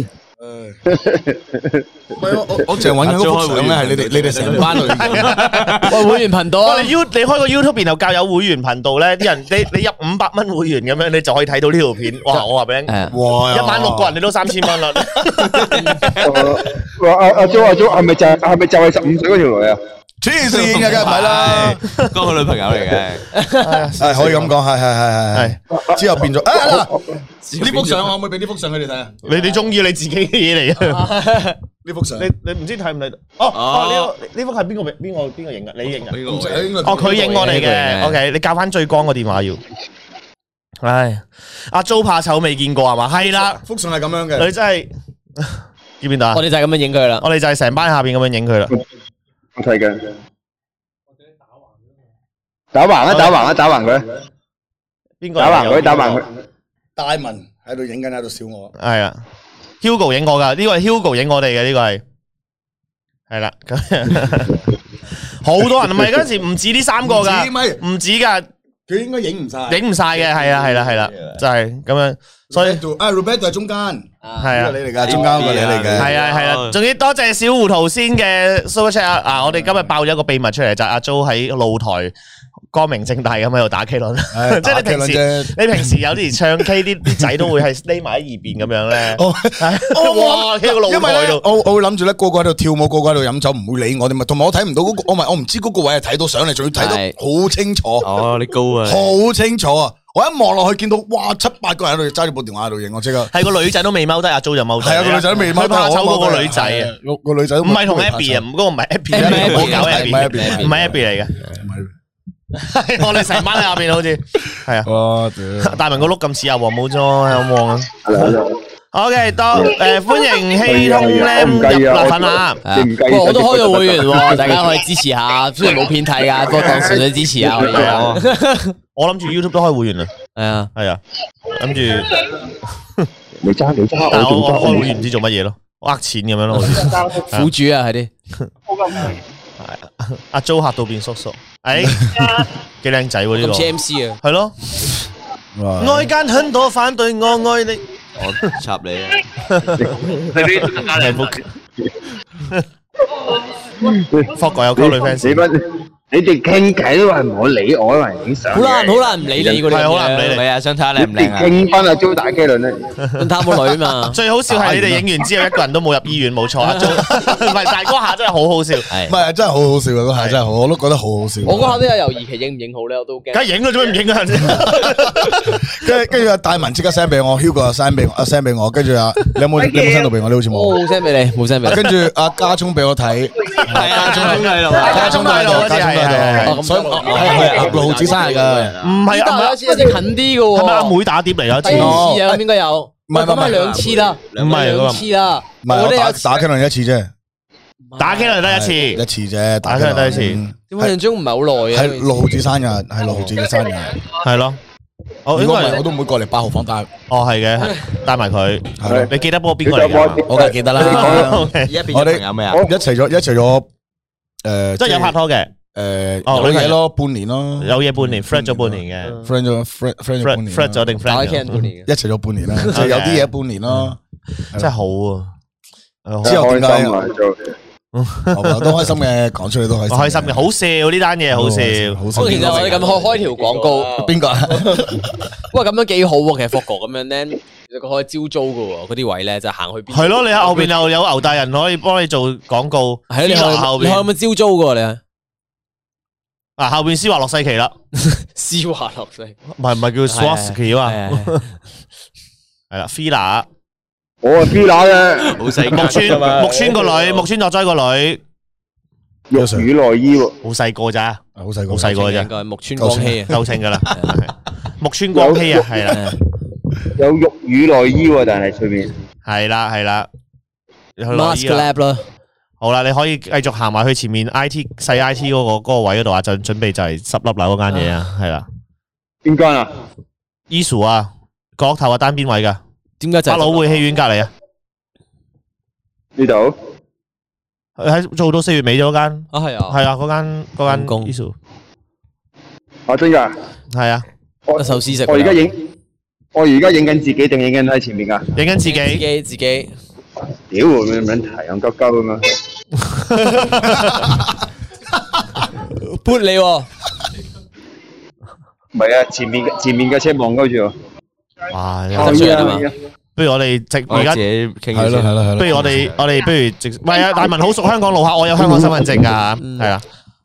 E: 唔係我我我淨係揾緊嗰幅相咧，係你哋你哋成班女嘅，
B: 喂會員頻道
A: 我
B: 啊
A: 哋 U 你開個 YouTube 然後教友會員頻道咧，啲人 你你入五百蚊會員咁樣，你就可以睇到呢條片。哇！我話俾你聽，
B: 係啊，
E: 哇！
A: 一晚六個人你都三千蚊啦。
C: 我阿阿 Jo 阿 Jo 係咪就係係咪就係十五歲嗰條女啊？
E: 黐線嘅，梗係唔係啦，係可以咁講，係係係係係。之後變咗，啊嗱，呢幅相我可唔可以俾呢幅相佢哋睇啊？
A: 你你中意你自己嘅嘢嚟嘅，
E: 呢幅相，
A: 你你唔知睇唔睇到？哦哦，呢個呢幅係邊個邊個邊個影嘅？你影嘅？哦，佢影我哋嘅。OK，你校翻最光個電話要。唉，阿 Jo 怕醜未見過係嘛？ 係啦，
E: 幅相係咁樣
A: 你
E: 嘅，
A: 真係 見唔見到啊
B: 我？哋就係咁樣影佢啦。
A: 我哋就係成班下邊咁樣影佢啦。
C: 我睇緊。打橫啊！打橫啊！打橫佢，
A: 邊個
C: 打橫佢，打橫佢
A: 佢。。
E: 大文喺度影緊，喺度笑我。
A: 系啊，Hugo 影我噶，呢個係 Hugo 影我哋嘅，呢個係係啦。 咁好多人唔係嗰陣時唔止呢三個噶，
E: 唔止
A: 唔止噶，
E: 佢應該影唔晒，
A: 影唔晒嘅，係啦係啦係啦，就係咁樣。所以
E: Roberto- 啊，Roberto 喺中間。
A: 係啊
E: 呢個。你嚟噶，中間嗰個你嚟嘅。
A: 係啊係啊，仲要多謝小胡桃先嘅 super chat 啊！啊，我哋今日爆咗一個秘密出嚟，就係阿 Jo 喺露台光明正大咁喺度打 K 輪。
E: 唉
A: 即係你
E: 打機
A: 平時
E: 輪啫
A: 你平時有啲唱 K 啲啲仔都會係匿埋喺耳邊咁樣咧。
E: 哦
A: 哇！喺個露
E: 因為
A: 台
E: 咧
A: 度，。
E: 我我會諗住咧，個個喺度跳舞，個個喺度飲酒，唔會理我哋咪。同埋我睇唔到嗰個，我咪我唔知嗰個位係睇到相嚟，仲要睇
B: 係
E: 得好清楚，好清楚啊！我一望落去見到，哇，七八個人喺度揸住部電話喺度影，我即刻
A: 系个女仔都未踎低，阿 Jo 就踎低。
E: 係啊，個女仔都未踎
A: 佢
E: 低，
A: 怕醜
E: 我
A: 過
E: 踎低
A: 個女仔啊，，
E: 係個女仔都
A: 唔係同 Abby 啊，
E: 啊，
A: 唔嗰個唔 係 Abby，
B: 唔係 Abby，
A: 唔好搞
E: 唔係
A: Abby，
E: Abby，
A: 唔係 Abby 嚟嘅，
E: 唔係
A: 係我哋成班喺下邊好似係啊。
E: 哇屌！
A: 大文個碌咁似阿黃冇咗，有望啊。
C: 係啦係啦
A: OK，當誒歡迎希通
C: 我唔
A: Lam
C: 計
A: 入
C: 啊
A: 辣
C: 我
A: 粉啊！
B: 啊
C: 你唔計
B: 喂我都開
C: 手機
B: 咗
C: 得
B: 會員
C: 得
B: 喎，大家可以支持下，雖然冇片睇 噶，不過當純粹支持下我哋啊。
A: 我諗住 YouTube 都開會員啦，
B: 係啊，
A: 係啊，諗住，
C: 你揸你揸，
A: 但係我
C: 我
A: 我
C: 仲
A: 開
C: 揸
A: 會員唔知做乜嘢咯，呃錢咁樣咯，好似。
B: 苦主啊，係啲。
A: 阿 Jo 嚇到變叔叔，誒幾靚仔喎呢個
B: 咁，似 MC 啊，
A: 係咯，外間很多反對我愛你。係仆街 福哥有溝女 fans，
C: 你乜？你哋傾偈都係唔好理我，因為影相。
B: 好難好難唔理你嗰啲咁樣，
A: 係好難唔理你，
D: à,
C: 你哋傾翻阿 Jo 打機輪咧，
B: 咁貪個女嘛
A: 最好笑係你哋影完之後一個人都冇入醫院，冇錯啊！做唔係，但係嗰下真係好好笑，
E: 唔
B: 係。
E: 係真係好好笑啊！嗰下真係好，我都覺得好好笑。
B: 我嗰下都有猶豫，其影唔影好咧，我都驚。
A: 梗係影咗做咩唔影啊？
E: 跟跟住阿大文即刻 send 俾我，Hugo 又 send 俾我啊 send 俾我，跟住啊，你有冇你有冇 send 到俾我？你好似
B: 我
E: 冇。
B: 哦
E: 啊
B: 冇 send 俾你，冇 send 俾
E: 跟
B: 你。
E: 住阿家聰俾我睇，
D: à,
A: 家
E: à,
A: 聰都喺度
E: 家聰都
A: 係
B: 係
E: 喺度，
B: 係
E: 所以我係阿六毫子生日㗎。
A: 唔係啊，
B: 但係有
A: 唔
B: 一次有啲近啲嘅
A: 係係咪阿
B: 喎，
A: 妹哦打碟嚟㗎？
B: 第
A: 一次
B: 二次啊，咁應該有。
E: 唔係唔係
B: 咁啊
E: 唔係
B: 兩次啦，
A: 唔係
B: 兩次啦。
E: 唔係
B: 我
E: 我
B: 咧
E: 打
B: 有
E: 打 K 輪一次啫，
A: 打 K 輪得一次，
E: 一次啫，
A: 打
E: 機輪
A: K 輪得一次
E: 嗯
B: 點解印象唔係好
E: 係
B: 耐啊嘅？
E: 六毫子生日，係六毫子嘅生日。
A: 係咯。哦，
E: 如
A: 應
E: 果
A: 該
E: 唔係，我
A: 係
E: 都唔會過嚟八號房打。
A: 哦，係嘅，帶埋佢
E: 係。
A: 你記得幫我邊
C: 你
A: 個嚟㗎？
E: 我梗係記得啦，
A: OK，
D: à.
E: 一齊咗一齊咗誒，
A: 即係有拍拖嘅，
E: 誒
A: 哦
E: 有嘢咯，半年咯
A: 有嘢半年，friend 咗半年嘅
E: ，friend 咗 friend friend 咗半
A: ，friend
E: 年
A: friend 咗
E: 啦，
A: 定
B: 打
A: friend 啊
B: 機人啊半
A: 咗，
B: 年嘅。
E: 一齊咗半年啦，即係有啲嘢半年咯。
A: 真係好啊！誒好
E: 之後點
C: 開
E: 解
C: 心啊！Jo，
E: 我都開心嘅，講出嚟都開心。
A: 我開心嘅，好笑呢單嘢，好笑。
E: 好
B: 不過其實我哋咁開開條廣告，
E: 邊個啊？
B: 喂，咁樣幾好喎。其實 f o g 咁樣咧，其實佢可以招租嘅喎，嗰啲位咧就行去邊。
A: 係咯，你喺後邊又有牛大啊人可以幫你做廣告，
B: 係咯，你可以
A: 後
B: 你可以
A: 邊
B: 咁樣招租嘅喎，你係
A: 啊，後边施華洛世奇啦，
B: 施华洛世
A: 唔係唔係叫 Swarovski 啊嘛，
B: 係
A: 係啦，Fila 啊
C: 我啊係 B 乸 嘅
D: 好細
A: 木村
D: 㗎嘛
A: 木村個女，木村拓哉個女，
C: 玉宇內衣喎，
A: 好細個 咋，
E: 好细个，
A: 好細個
B: 應
A: 咋，
B: 該係木村光希啊，
A: 夠稱噶 啦，木村光希啊，係啦。
C: 有玉宇內衣喎，但係出面
A: 系啦系啦，你去攞
B: Mask
A: 衣啦
B: Lab 啦，
A: 好啦，你可以繼續行埋去前面 I T 細 I T 嗰個嗰個位嗰度啊，就準備就係十粒樓嗰間嘢啊，係啦
C: 邊間啊？
A: ，Isu 啊，角頭啊單邊位噶，
B: 點解就
A: 百
B: 係
A: 老匯戲院隔離啊，
C: 呢度
A: 佢喺做到四月尾咗嗰間，
B: 啊係啊，
A: 係啊嗰間嗰間
B: 公公
A: Isu
C: 啊真㗎，
A: 係啊，
C: 我
B: 得壽司食㗎。
C: 我而家影，我而家影緊自己定影緊喺前面㗎？
A: 影緊自
B: 自
A: 己，
B: 己自己，
C: 屌，咁樣提咁鳩鳩咁樣。
B: 撥你喎，
C: 唔係啊，前面嘅前面嘅車望鳩住我。
A: 哇！
B: 哦
A: 真係
B: 係啊
A: 不如我哋直
D: 我
A: 而
D: 哋
A: 家
D: 自。己倾
E: 系咯
D: 住
E: 系
D: 先。
E: 咯系咯。
A: 不如我哋我哋不如直，唔係啊！大文好熟香港路客，我有香港身份證噶，
B: 嗯
A: 係啊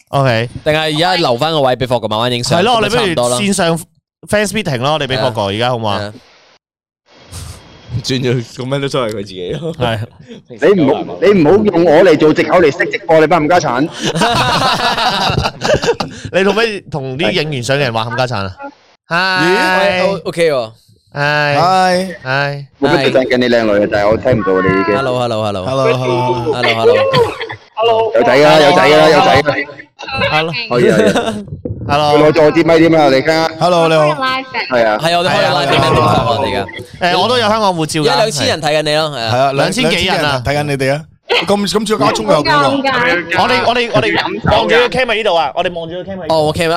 A: ，OK。
B: 定係而家留翻個位俾霍哥慢慢影相。
A: 係咯，我哋
B: 咁就差唔
A: 不
B: 多啊
A: 如
B: 啦。
A: 線上 fans meeting 咯，我哋俾
B: 係
A: 霍
B: 啊
A: 哥而家好唔好啊？
D: 轉咗咁樣都所謂佢自己咯。
A: 係。
C: 你唔好你唔好用我嚟做藉口嚟識直播，你班冚家產。
A: 你做咩同啲影完相嘅人話冚家產啊？
B: 咦
A: 唉
B: ，OK 喎
A: 唉
E: 系
A: 唉，
C: 我跟住讚緊你靚女啊，但係我聽唔到你已經。
B: ，hello，hello，hello，hello，hello，hello，
E: ，hello，hello，
C: 有仔啦，有仔啦，有仔啦。
A: 係咯
C: 可以啊，可以啊佢
A: ，hello，
C: 攞咗我支咪添啊，我哋傾啊。
E: hello，你好，
C: 係啊，
B: 係我哋開咗 live 俾 Man 我哋噶，
A: 誒我都有香港護照
B: 而
A: 㗎，
B: 家兩千人睇緊你咯，係
E: 系
B: 啊，
E: 啊，
A: 兩千幾人啊
E: 睇紧你哋啊，咁咁最加中有边个？
A: 係。我哋我哋我哋望住個 cam 喺呢度啊！我哋望住個 cam 喺呢度。
B: 哦，OK Ờ, à, 啦，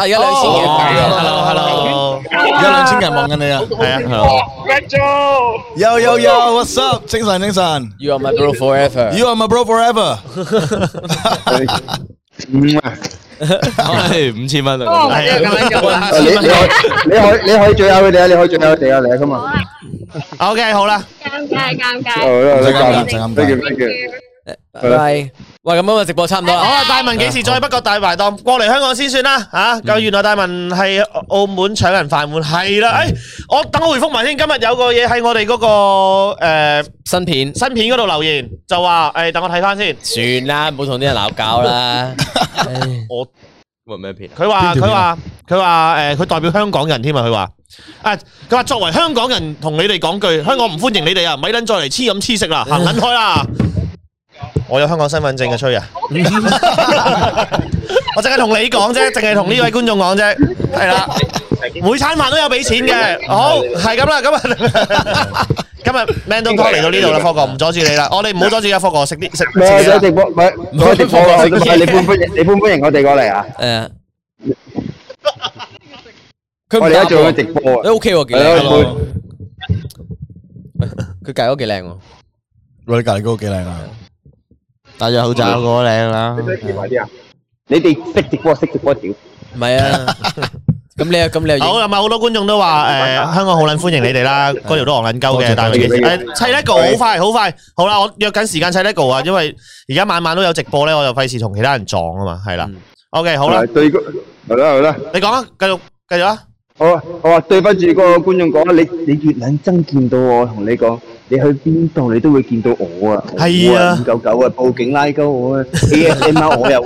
B: 而家兩千幾
A: hello hello，
B: 人睇啊
E: 而家两千人望紧你啊！
A: 係啊，hello，
E: 有有有，what's up？精神精神
B: ，You are my bro forever，
E: ，You are my bro forever。
C: 嗯啊
D: 係五千蚊
F: 哦
D: 啊！
A: 係啊，咁樣就啦
C: 你你可以你可以你可以最後佢哋啊，你可以最後佢哋啊，嚟啊，今日。
A: OK，好啦，
C: 好啦，
E: Dạ vâng
C: 好啦，
E: 唔使尷尬唔使尷尬
C: Thank you, thank you
B: 拜拜。喂，咁今日直播差唔多
A: 好
B: 啦，
A: 啦，大文幾時再北角大排檔過嚟香港先算啦嚇？咁原來大文係澳門搶人飯碗，係啦，誒，我等我回覆埋先，今日有個嘢喺我哋嗰個誒。
B: 新片，
A: 新片嗰度留言就話：，诶、等我睇翻先。
B: 算啦，唔好同啲人鬧交啦。
A: 我
D: 喂咩片啊？
A: 佢話
E: 邊
A: 佢
E: 條片
A: 話佢話诶，誒佢、代表香港人添啊！佢話啊，佢話作為香港人，同你哋講句，香港唔歡迎你哋啊！咪撚再嚟黐飲黐食 啦，行撚開啦！我有香港身份證嘅吹啊！ 我淨係同你講啫，淨係同呢位觀眾講啫，係啦。每餐飯都有俾錢嘅，好係咁啦，咁啊。 今日 Man Do Talk 嚟到呢度啦，科哥唔阻住你啦，我哋唔好阻住阿科哥食啲食
C: 唔係
A: 食嘢啦
C: 有直播，唔係有直播啊！我想問你歡唔歡迎？你歡唔歡迎我哋過嚟啊？
B: 誒，佢唔
C: 我哋而家
B: 答
C: 做緊
B: 喎
C: 直播啊
B: 你！OK 喎，幾
C: 係
B: 靚
C: 咯
B: 喎，，佢計咗幾靚喎，
E: 我哋隔篱嗰个几靓啊！
D: 戴咗口罩嗰個靚啦。
C: 你哋識直播識直播屌！
B: 唔係啊，咁你又咁你又
A: 好，
B: 影
A: 咁咪好多觀眾都話誒香港好撚歡迎你哋啦，嗰條都戇撚鳩嘅，但係
C: 多
A: 誒
C: 謝
A: 砌 lego 好快好快，好啦，我約緊時間砌 lego 啊，因為而家晚晚都有直播咧，我就費事同其他人撞啊嘛，係啦
B: 嗯。
A: OK，好
C: 好
A: 啦，，
C: 對個好啦好啦，
A: 你講啊，繼續繼續啊，
C: 我我話對翻住嗰個觀眾講啦，你你越撚憎見到我，同你講，你去邊度你都會見到我啊！
A: 係啊
C: 五九九啊，報警拉鳩我啊！ASMR 我又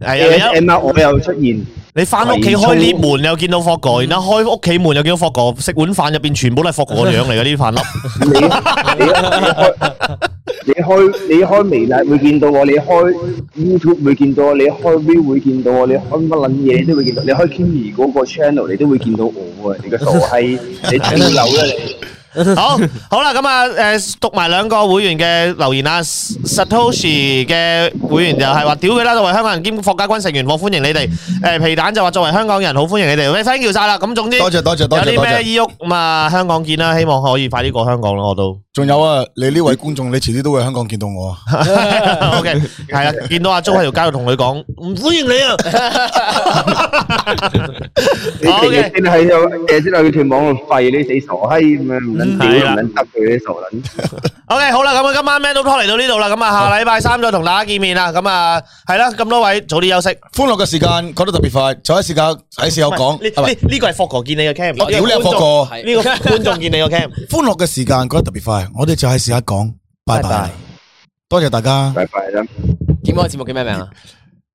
A: 係啊，你一
C: ASMR 我又出現，
A: 你翻屋企開 lift 門又見到霍哥，然後開屋企門又見到霍哥，食碗飯入邊全部都係霍哥個樣嚟嘅呢啲飯粒，
C: 你你開你開你開微辣會見到我，你開 YouTube 會見到我，你開 V 會見到我，你開乜撚嘢你都會見到，你開 Kimi 嗰個 channel 你都會見到我啊！你個傻閪，你睇樓啦你！
A: 好，好啦，咁啊，誒讀埋兩個會員嘅留言啊，Satoshi 嘅會員就係話屌佢啦，作為香港人兼霍家軍成員，我歡迎你哋。誒皮蛋就話作為香港人好歡迎你哋，喂，thank you 曬啦。咁總之有
E: 多謝多謝多謝
A: 啲
E: 多謝
A: 咩醫鬱咁啊，香港見啦，希望可以快啲過香港咯，我都。
E: Nói chung là, tôi nghĩ là, Hong Kong sẽ rất vui vẻ Nếu các bạn muốn đến Hong Kong, hãy đến Hong Kong Nếu các bạn muốn đến Hong Kong, hãy đến Hong Kong Nếu các bạn muốn đến Hong Kong, hãy đến Hong Kong Nếu các bạn muốn đến Hong Kong, hãy đến Hong Kong Nếu các bạn muốn đến Hong Kong, hãy đến Hong Kong Nếu các bạn muốn đến Hong Kong, hãy đến Hong Kong Nếu các bạn muốn đến Hong Kong, hãy đến Hong Kong Nếu các bạn muốn đến Hong Kong, hãy đến Hong Kong Nếu các bạn muốn đến Hong Kong, hãy đến Hong Kong Nếu các bạn muốn đến Hong Kong, hãy đến Hong Kong Nếu các bạn muốn đến Hong Kong, hãy đến Hong Kong Nếu các bạn muốn đến Hong Kong, hãy đến Hong Kong Nếu các bạn muốn đến Hong Kong, hãy đến Hong Kong 仲有啊，你呢位观众，你迟啲都会喺香港见到我啊。
A: O K，系啦，见到阿租喺条街度同佢讲，唔欢迎你啊！
C: 你
A: 哦
C: 成 日先喺度，成日先喺佢斷網度廢你死傻閪咁樣，唔
A: 嗯
C: 撚屌
A: 係啦
C: 唔撚得佢啲傻撚。
A: OK，好啦，咁啊，今晚 Man Talk 嚟到呢度啦，咁啊，下禮拜三再同大家見面啦，咁啊，係啦，咁多位早啲休息。
E: 欢乐嘅时间过得特别快，就喺时间喺时候讲，
A: 呢
E: 係咪
A: 呢呢個係 f o g 見你嘅 cam，
E: 我屌你阿霍哥，
A: 呢個觀眾見你嘅 cam。
E: 欢乐嘅时间過得特别快，我哋就喺时刻講
A: 拜
E: 拜
A: 拜
E: 拜，多謝大家。
C: 拜拜啦。
B: 点解节目叫咩名啊？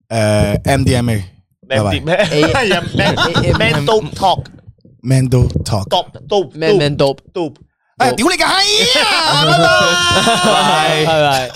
E: 诶，MDMA，
A: 咩
E: 拜拜
A: 咩 咩 Man Talk
E: ，Man Do Talk，
A: Talk Dope
B: 咩 Man Dope？
C: à,
A: Dope。
E: 诶，屌你嘅閪啊！拜
B: 拜
E: 拜。
B: 拜。